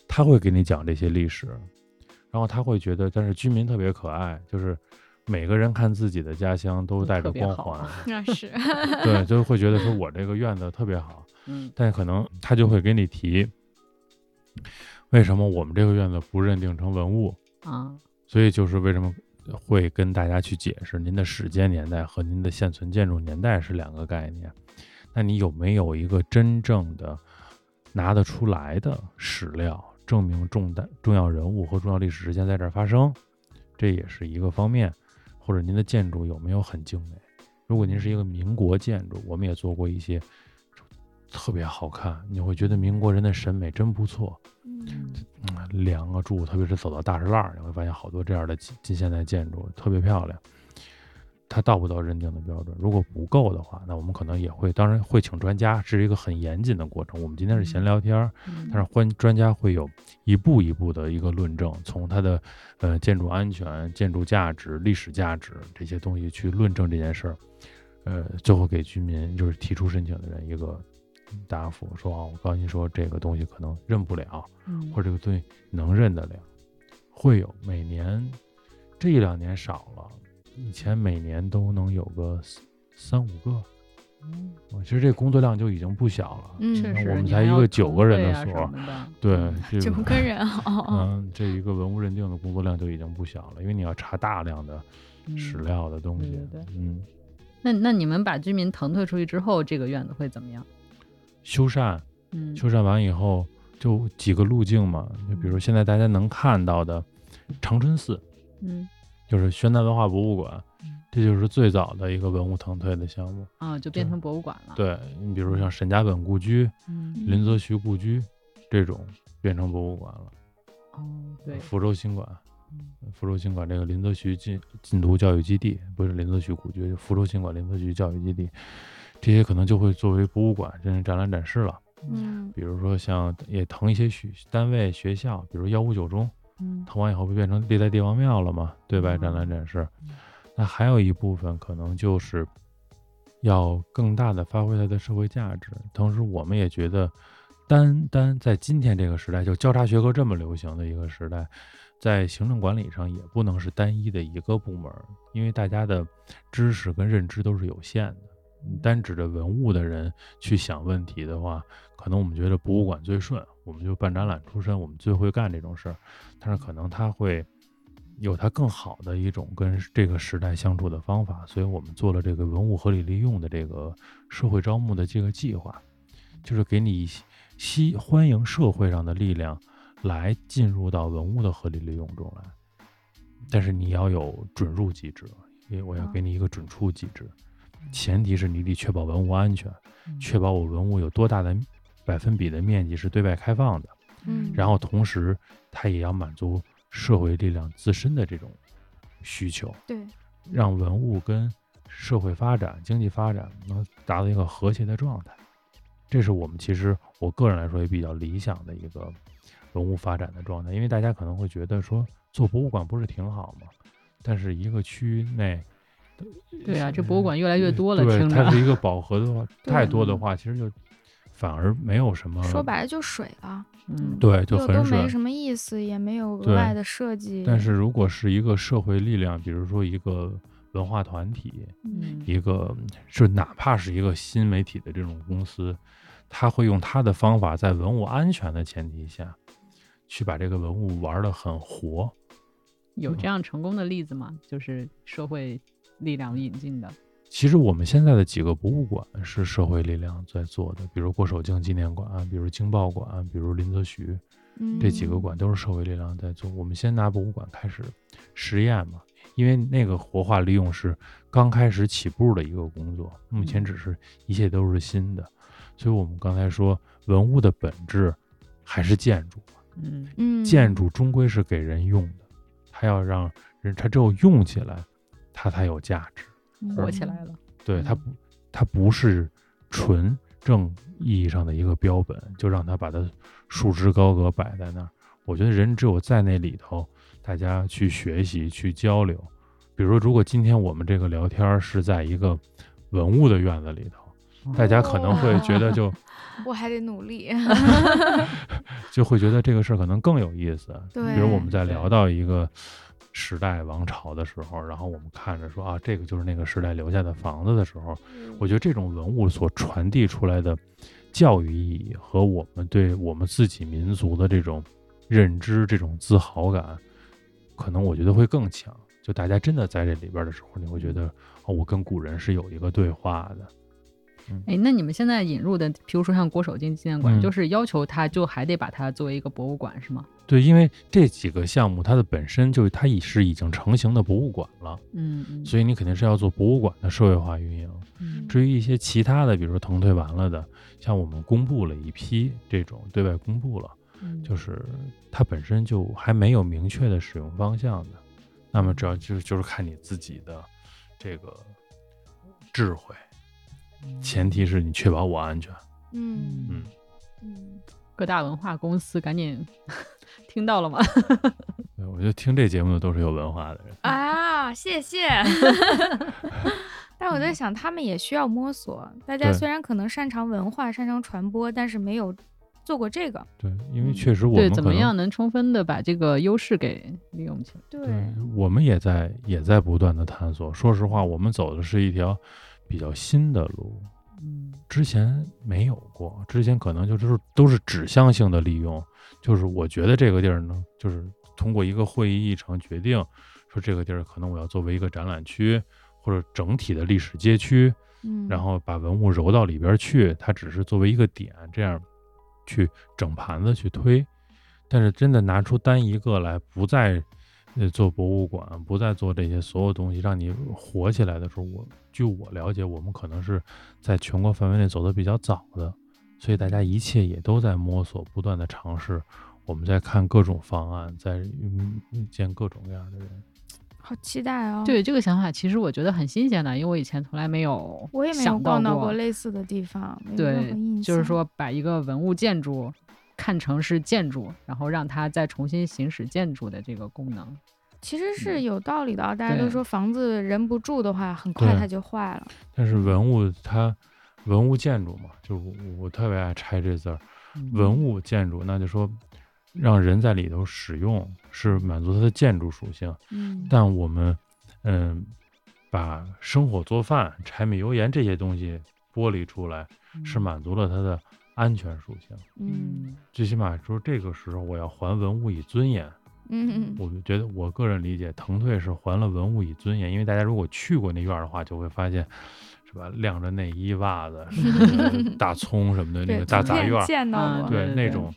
他会给你讲这些历史，然后他会觉得，但是居民特别可爱，就是每个人看自己的家乡都
都
带
特
着
别
光
好
环，
那是，
对，就会觉得说我这个院子特别 好。
嗯
但可能他就会给你提，为什么我们这个院子不认定成文物？
啊
所以就是为什么会跟大家去解释，您的始建年代和您的现存建筑年代是两个概念。那你有没有一个真正的拿得出来的史料，证明重大重要人物和重要历史事件在这儿发生？这也是一个方面。或者您的建筑有没有很精美？如果您是一个民国建筑，我们也做过一些特别好看，你会觉得民国人的审美真不错。梁啊柱，特别是走到大石栏儿，你会发现好多这样的近近现代建筑特别漂亮。它到不到认定的标准？如果不够的话，那我们可能也会，当然会请专家，这是一个很严谨的过程。我们今天是闲聊天儿，
嗯
但是专专家会有一步一步的一个论证，从它的呃建筑安全、建筑价值、历史价值这些东西去论证这件事儿，呃，最后给居民就是提出申请的人一个答复，说啊，我告诉你说这个东西可能认不了，
嗯
或者这个东西能认得了，会有每年这一两年少了，以前每年都能有个三三五个。我其实这工作量就已经不小了，
嗯
确
那
实
我们
你
才
还
一
要
个九
团
个人
队
的
啊
所
什么的
对，这
九
嗯
个人哦，
嗯，这一个文物认定的工作量就已经不小了，因为你要查大量的史
嗯
料的东西。
对对
嗯，
那那你们把居民腾退出去之后，这个院子会怎么样？
修缮，
嗯，
修缮完以后就几个路径嘛，就比如现在大家能看到的长春寺，
嗯
就是宣南文化博物馆，这就是最早的一个文物腾退的项目。
啊，就变
对
成博物馆了。，
对你比如像沈家本故居、
嗯，
林则徐故居这种变成博物馆了。
哦，对，嗯
福州新馆，福州新馆这个林则徐禁禁毒教育基地，不是林则徐故居，就福州新馆林则徐教育基地，这些可能就会作为博物馆进行展览展示了。
嗯
比如说像也腾一些学单位、学校，比如幺五九中，
嗯
腾完以后不变成历代帝王庙了吗？对外
嗯
展览展示。那还有一部分可能就是要更大的发挥它的社会价值，同时我们也觉得，单单在今天这个时代，就交叉学科这么流行的一个时代，在行政管理上也不能是单一的一个部门儿，因为大家的知识跟认知都是有限的。
嗯
你单指着文物的人去想问题的话，可能我们觉得博物馆最顺，我们就办展览出身，我们最会干这种事儿。但是可能他会有他更好的一种跟这个时代相处的方法，所以我们做了这个文物合理利用的这个社会招募的这个计划，就是给你一些吸欢迎社会上的力量来进入到文物的合理利用中来，但是你要有准入机制，因为我要
哦
给你一个准出机制，前提是你得确保文物安全，
嗯
确保我文物有多大的百分比的面积是对外开放的。
嗯
然后同时它也要满足社会力量自身的这种需求，
对，
嗯让文物跟社会发展、经济发展能达到一个和谐的状态。这是我们其实我个人来说也比较理想的一个文物发展的状态，因为大家可能会觉得说做博物馆不是挺好吗？但是一个区域内呃
对啊，这博物馆越来越多了，
嗯对
听
它
着啊
是一个饱和的 话，
对
太多的话，其实就反而没有什么，
说白了就水了，
嗯，
对，就
就都没
很水。
什么意思，也没有额
对
外的设计。
但是如果是一个社会力量，比如说一个文化团体，
嗯，
一个是哪怕是一个新媒体的这种公司，他会用他的方法，在文物安全的前提下，去把这个文物玩得很活。嗯
有这样成功的例子吗？就是社会力量引进的，
其实我们现在的几个博物馆是社会力量在做的，比如郭守敬纪念馆，啊比如京报馆，比如林则徐这几个
嗯
馆都是社会力量在做。我们先拿博物馆开始实验嘛，因为那个活化利用是刚开始起步的一个工作，目前
嗯
只是一切都是新的，所以我们刚才说文物的本质还是建筑，
嗯
嗯
建筑终归是给人用的，它要让人，它只有用起来，它才有价值。
嗯
火起来了，
对，它
嗯
不，它不是纯正意义上的一个标本，就让它把它束之高阁摆在那儿。我觉得人只有在那里头，大家去学习、去交流。比如说，如果今天我们这个聊天儿是在一个文物的院子里头，大家可能会觉得就
我还得努力。
就会觉得这个事儿可能更有意思。
对
比如我们在
对
聊到一个时代王朝的时候，然后我们看着说啊，这个就是那个时代留下的房子的时候，我觉得这种文物所传递出来的教育意义和我们对我们自己民族的这种认知、这种自豪感，可能我觉得会更强。就大家真的在这里边的时候，你会觉得哦，我跟古人是有一个对话的。
哎，那你们现在引入的，比如说像郭守敬纪念馆，
嗯
就是要求它就还得把它作为一个博物馆，是吗？
对，因为这几个项目它的本身就它已是已经成型的博物馆了。
嗯嗯，
所以你肯定是要做博物馆的社会化运营。
嗯
至于一些其他的，比如说腾退完了的，像我们公布了一批这种对外公布了，
嗯
就是它本身就还没有明确的使用方向的，那么主要就是就是看你自己的这个智慧，前提是你确保我安全。
嗯
嗯
嗯，
各大文化公司赶紧 听到了吗？
对，我觉得听这节目的都是有文化的 人。
啊，谢 谢。但我在想，他们也需要摸索。大家
嗯对
虽然可能擅长文化、擅长传播，但是没有做过这个。
对，因为
嗯
确实我
对，
们可
怎么
能
样能充分的把这个优势给利用起来？
对
对，我们也在也在不断的探索。说实话，我们走的是一条比较新的路，
嗯
之前没有过，之前可能就是都是指向性的利用，就是我觉得这个地儿呢，就是通过一个会议议程决定，说这个地儿可能我要作为一个展览区或者整体的历史街区，
嗯，
然后把文物揉到里边儿去，它只是作为一个点，这样去整盘子去推。但是真的拿出单一个来，不再呃做博物馆，不再做这些所有东西，让你火起来的时候，我据我了解，我们可能是在全国范围内走的比较早的，所以大家一切也都在摸索，不断的尝试。我们在看各种方案，在嗯见各种各样的人。
好期待哦。，
嗯对这个想法，其实我觉得很新鲜的，因为我以前从来没有
我也没有
想到
逛到
过
过类似的地方，没有任何印象。
对，就是，说把一个文物建筑看成是建筑，然后让它再重新行使建筑的这个功能。
其实
嗯
是有道理的啊。大家
对
都说房子人不住的话，很快
对
它就坏了。
但是文物它文物建筑嘛，就是我我特别爱拆这字儿。
嗯
文物建筑，那就说让人在里头使用，是满足它的建筑属性。
嗯，
但我们，嗯，把生火做饭、柴米油盐这些东西剥离出来，
嗯
是满足了它的安全属性。
嗯
最起码说，这个时候我要还文物以尊严。
嗯
我觉得，我个人理解，腾退是还了文物以尊严，因为大家如果去过那院儿的话，就会发现，是吧？晾着内衣、袜子、什么的大葱什么的，
对，
那个大
图
杂
片
院儿，
见到
啊
过。
对
对对
那种，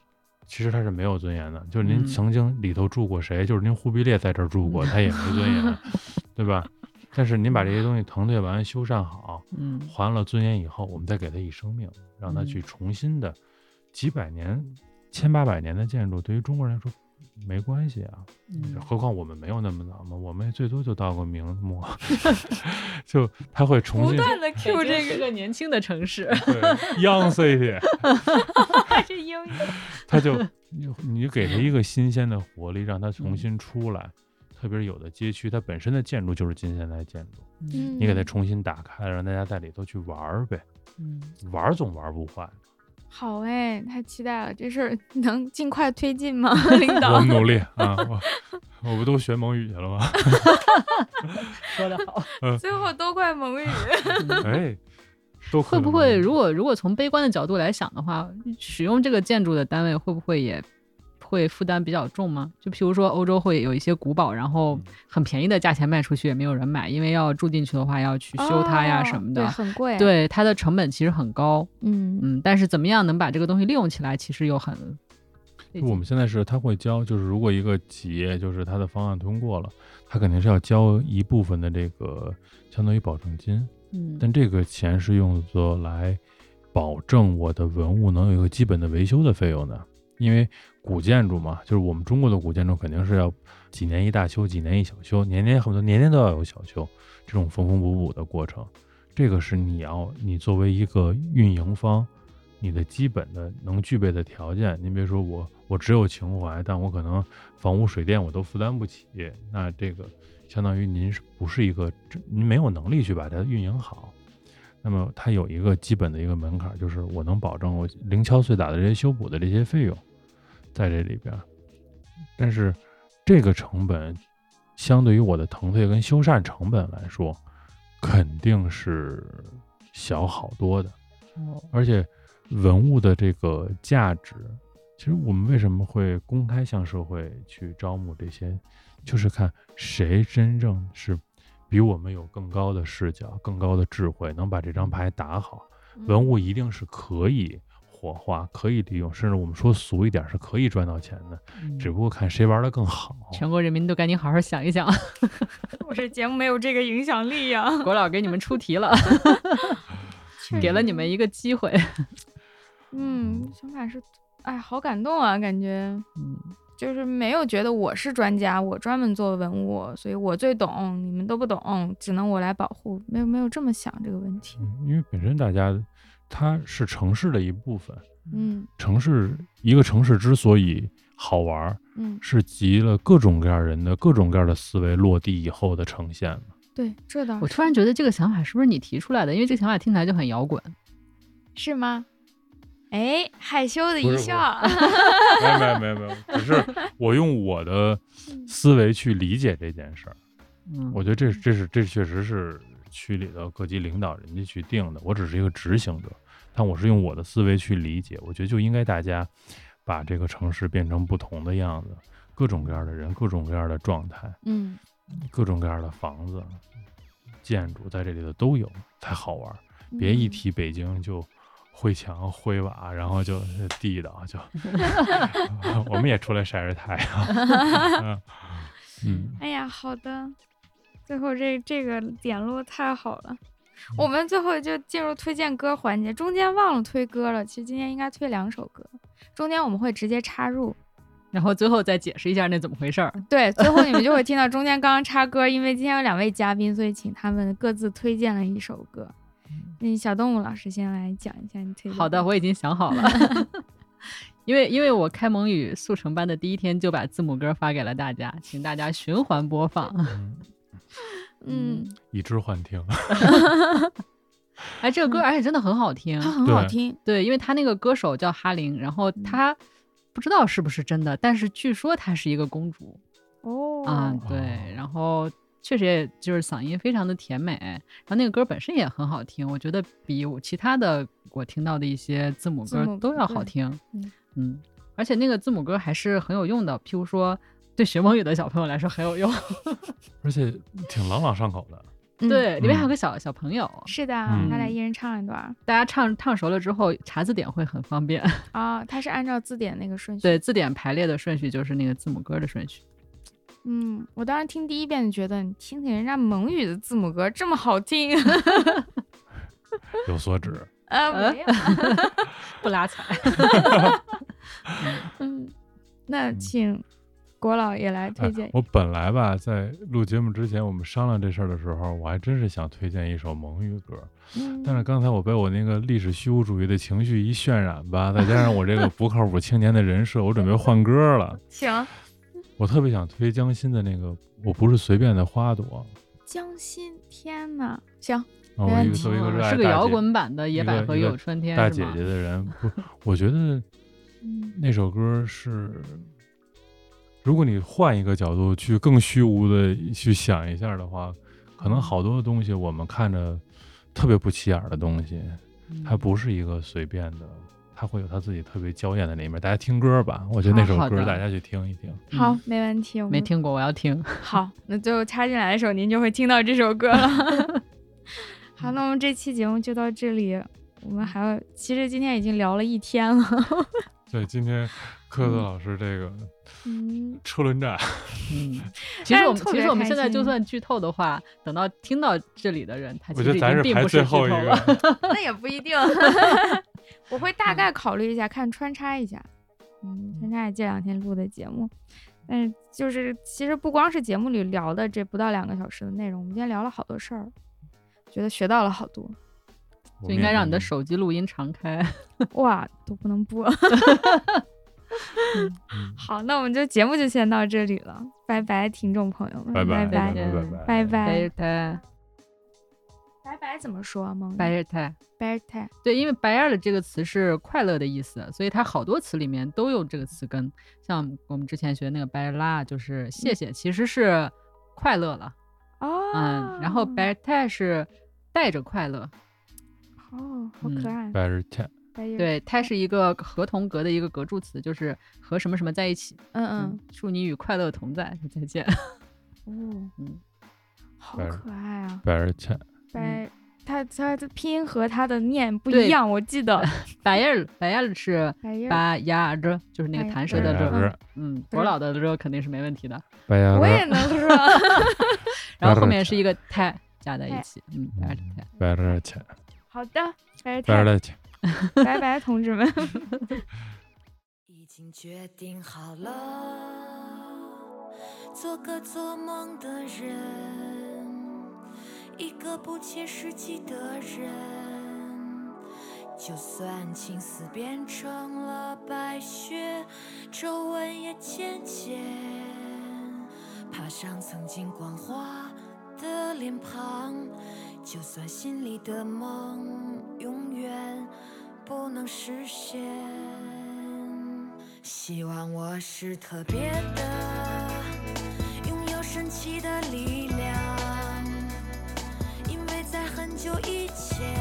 其实它是没有尊严的。就是您
嗯
曾经里头住过谁，就是您忽必烈在这儿住过，他也没尊严，对吧？但是您把这些东西腾退完、修缮好，
嗯，
还了尊严以后，我们再给它以生命，让它
嗯
去重新的几百年、千八百年的建筑，对于中国人来说没关系啊。
嗯
何况我们没有那么早嘛，我们最多就到个明末， 就他会重
不
新
断的 Q
北京
这
是
个，
个年轻的 城市，
对 young city，
这英语。
嗯
他就你你给他一个新鲜的活力，让他重新出来。特别是有的街区，它本身的建筑就是近现代建筑，
嗯
你给它重新打开，让大家在里头去玩儿呗，
嗯，
玩儿总玩儿 不坏。
好哎，太期待了，这事儿能尽快推进 吗，领
我
导？
努力啊，我我不都学蒙语去了吗？
说得好。
最后都怪蒙语。
哎，都
会
可
不
能
会如果如果从悲观的角度来想的话，使用这个建筑的单位会不会也会负担比较重吗？就比如说欧洲会有一些古堡，然后很便宜的价钱卖出去也没有人买，因为要住进去的话要去 修它呀
哦
什么的。
对，很贵。，
对它的成本其实很高，
嗯，
嗯，但是怎么样能把这个东西利用起来，其实又很费
我
劲
们现在是他会交，就是如果一个企业就是他的方案通过了，他肯定是要交一部分的这个相当于保证金，
嗯
但这个钱是用作来保证我的文物能有一个基本的维修的费用的。因为古建筑嘛，就是我们中国的古建筑肯定是要几年一大修，几年一小修，年年很多年年都要有小修，这种缝缝补补的过程，这个是你要你作为一个运营方，你的基本的能具备的条件。您别说我我只有情怀，但我可能房屋水电我都负担不起，那这个相当于您是不是一个这您没有能力去把它运营好。那么它有一个基本的一个门槛儿，就是我能保证我零敲碎打的这些修补的这些费用在这里边儿，但是这个成本相对于我的腾退跟修缮成本来说，肯定是小好多的。
哦
而且文物的这个价值，其实我们为什么会公开向社会去招募这些，就是看谁真正是比我们有更高的视角、更高的智慧，能把这张牌打好。
嗯
文物一定是可以活化、可以利用，甚至我们说俗一点，是可以赚到钱的，
嗯
只不过看谁玩的更好。
全国人民都赶紧好好想一 想，
我这节目没有这个影响力 呀、
国老给你们出 题了，
确
给了
实
你们一个机会，
嗯，想法是，哎，好感动啊，感觉
嗯。
就是没有觉得我是专家，我专门做文物，所以我最懂，你们都不懂，只能我来保护，没有没有这么想这个问题。
嗯因为本身大家它是城市的一部分，
嗯
城市一个城市之所以好玩儿，
嗯，
是集了各种各样人的各种各样的思维落地以后的呈现嘛。
对，这倒
我
是
突然觉得这个想法是不是你提出来的？因为这个想法听起来就很摇滚。
是吗？哎，害羞的
不
一
是不是
笑，
没有没有没有没有，只是我用我的思维去理解这件事儿。
嗯，
我觉得这这是这确实是区里头各级领导人家去定的，我只是一个执行者，但我是用我的思维去理解。我觉得就应该大家把这个城市变成不同的样子，各种各样的人，各种各样的状态，
嗯
各种各样的房子、建筑在这里头都有，才好玩儿。别一
嗯
提北京就灰墙灰瓦，然后就地道 就， 我们也出来晒晒太阳。嗯，
哎呀，好的，最后这这个点落太好了。
嗯
我们最后就进入推荐歌环节，中间忘了推歌了。其实今天应该推两首歌，中间我们会直接插入。
然后最后再解释一下那怎么回事儿。
对，最后你们就会听到中间刚刚插歌，因为今天有两位嘉宾，所以请他们各自推荐了一首歌。那小动物老师先来讲一下你推荐歌。
嗯好的，我已经想好 了。因为因为我开蒙语速成班的第一天就把字母歌发给了大家，请大家循环播放。
嗯
嗯，
以知幻听，
哎，这个歌而且真的很好听，
嗯它很嗯好
对
听，
对，因为他那个歌手叫哈林，然后他不知道是不是真的，但是据说她是一个公主
哦，
啊、
哦
对，然后确实也就是嗓音非常的甜美，然后那个歌本身也很好听，我觉得比我其他的我听到的一些字母
字
歌
母
都
歌
要好
对
听
嗯，
嗯，而且那个字母歌还是很有用的，譬如说。对学蒙语的小朋友来说很有用，
而且挺朗朗上口的。
嗯，
对，里面还有
嗯
个小小朋友，
是的，
嗯
他俩一人唱一段儿
大家唱唱熟了之后查字典会很方便。
啊，他是按照字典那个顺序。
对，字典排列的顺序就是那个字母歌的顺序。
嗯，我当时听第一遍就觉得，你听听人家蒙语的字母歌这么好听，
有所指，
呃，没有，
嗯不拉踩。
嗯， 那请郭老也来推荐
哎。
啊
我本来吧，在录节目之前，我们商量这事儿的时候，我还真是想推荐一首蒙语歌，
嗯
但是刚才我被我那个历史虚无主义的情绪一渲染吧，再加上我这个不靠谱青年的人设，我准备换歌了。
行，
我特别想推江心的那个《我不是随便的花朵》
江心，天呐，
嗯
行，
啊，
没
我一
问
个
题
作为一个热
哦
爱
是个
大
摇
姐
滚版的《野
一
百
个
合
一
也
个
有春天》，
大
是
姐
吗
姐的人，不，我觉得
嗯，
那首歌是，如果你换一个角度去更虚无的去想一下的话，可能好多东西我们看着特别不起眼儿的东西，它
嗯
不是一个随便的，它会有它自己特别娇艳的那一面。大家听歌吧，我觉得那首
啊好好
歌
的
大家去听一听。
好
嗯，
没问题，我
没
们
听过，我要听。
好，那最后插进来的时候，您就会听到这首歌了。 好，那我们这期节目就到这里。我们还要，其实今天已经聊了一天了。
对，今天科子老师这个
嗯，
车轮战，
嗯，其
但是
实我们
特
其
别
实我们
开
现在就
心
算剧透的话，等到听到这里的人，他
我
其
觉
实
得
已
咱
经
是
并
排
不是
最
剧透
后一
了。
个。
那也不一定。我会
嗯
大概考虑一下，看穿插一下。嗯，穿插一下这两天录的节目。但是就是，其实不光是节目里聊的这不到两个小时的内容，我们今天聊了好多事儿，觉得学到了好 多。
我
就
们
应该
也
让你的手机录音常开。
哇，都不能播。
嗯
好，那我们就节目就先到这里了，拜拜，听众朋友们，
拜拜
拜
拜
拜
拜
拜
白日
拜，
泰，
拜拜怎么说啊？萌
白日泰，
拜日泰，
对，因为“白日”的这个词是快乐的意思，所以它好多词里面都有这个词根。像我们之前学那个“白日啦”，就是谢谢，其实是快乐了。
哦，
嗯，然后“白日泰”是带着快乐，
哦，好可爱，
白日天，
白日，
嗯对，它是一个合同格的一个格助词，就是和什么什么在一起。
嗯，
祝你与快乐同在，再见。
嗯，哦
嗯，
好
白日
可爱啊，
白日天，
白，它它的拼音和它的念不一
对
样，我记 得，
白夜儿，白夜儿是
白日，
巴呀热，就是那
白
个弹舌
白
的
日
热。
嗯
日，
嗯，
对
我老的热肯定是没问题的。
白呀
我也
日，
能说，
然后
白
后
日
面是一个泰加在
泰
一起，嗯，白日泰。
白日天，
好的，白日
白
泰，
日天。
拜拜，同志们。
已经决定好了，做个做梦的人，一个不切实际的人。就算青丝变成了白雪，皱纹也渐渐爬上曾经光滑的脸庞。就算心里的梦永远不能实现， 希望我是特别的，拥有神奇的力量，因为在很久以前。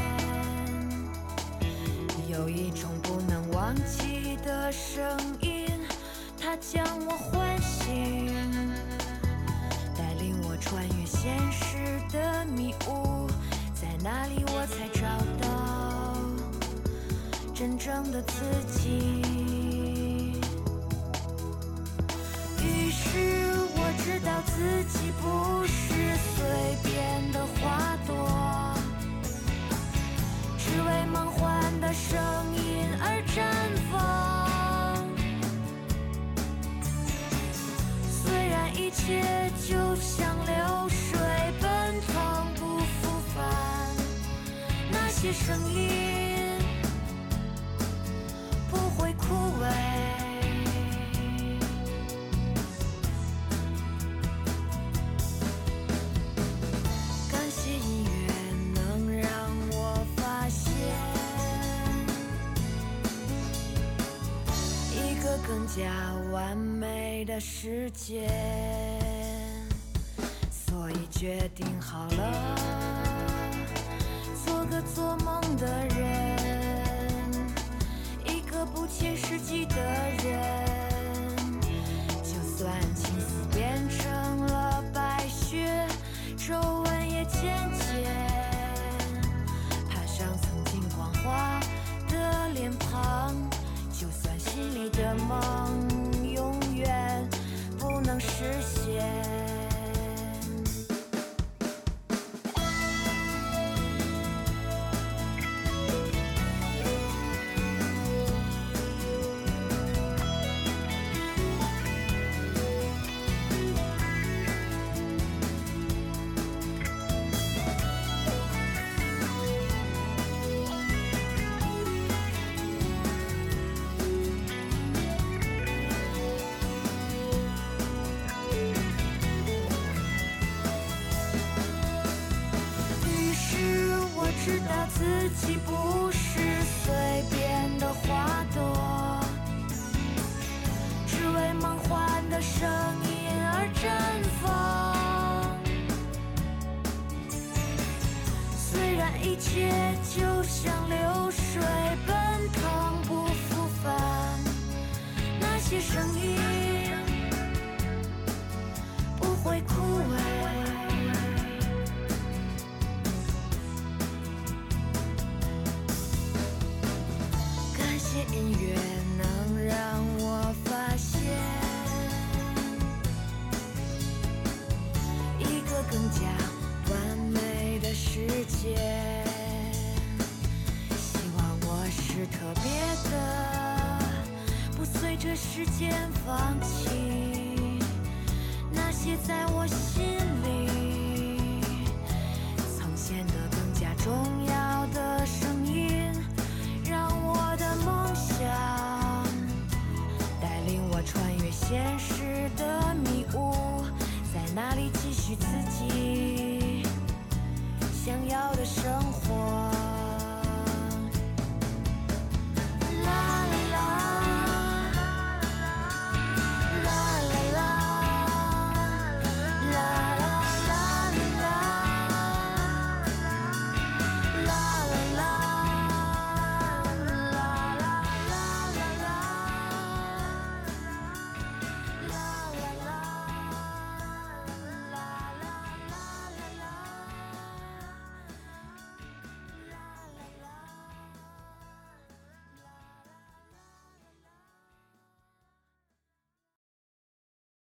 有一种不能忘记的声音，它将我唤醒，带领我穿越现实的迷雾，在哪里我才找到真正的自己？于是我知道自己不是随便的花朵。只为梦幻的声音而绽放。虽然一切就像流水奔腾不复返，那些声音不会枯萎。感谢音乐能让我发现一个更加完美的世界，所以决定好了，做个做梦的人，一个不切实际的人。就算青丝变成了白雪，皱纹也渐渐爬上曾经光滑的脸庞。就算心里的梦永远不能实现。知道自己不是随便的花朵，只为梦幻的声音而绽放。虽然一切就像流水奔腾不复返，那些声音不会枯萎。感谢音乐能让我发现一个更加完美的世界。希望我是特别的，不随着时间放弃那些在我心里曾显得更加重要的声音。让我的梦想带领我穿越现实的迷雾，在哪里继续自己想要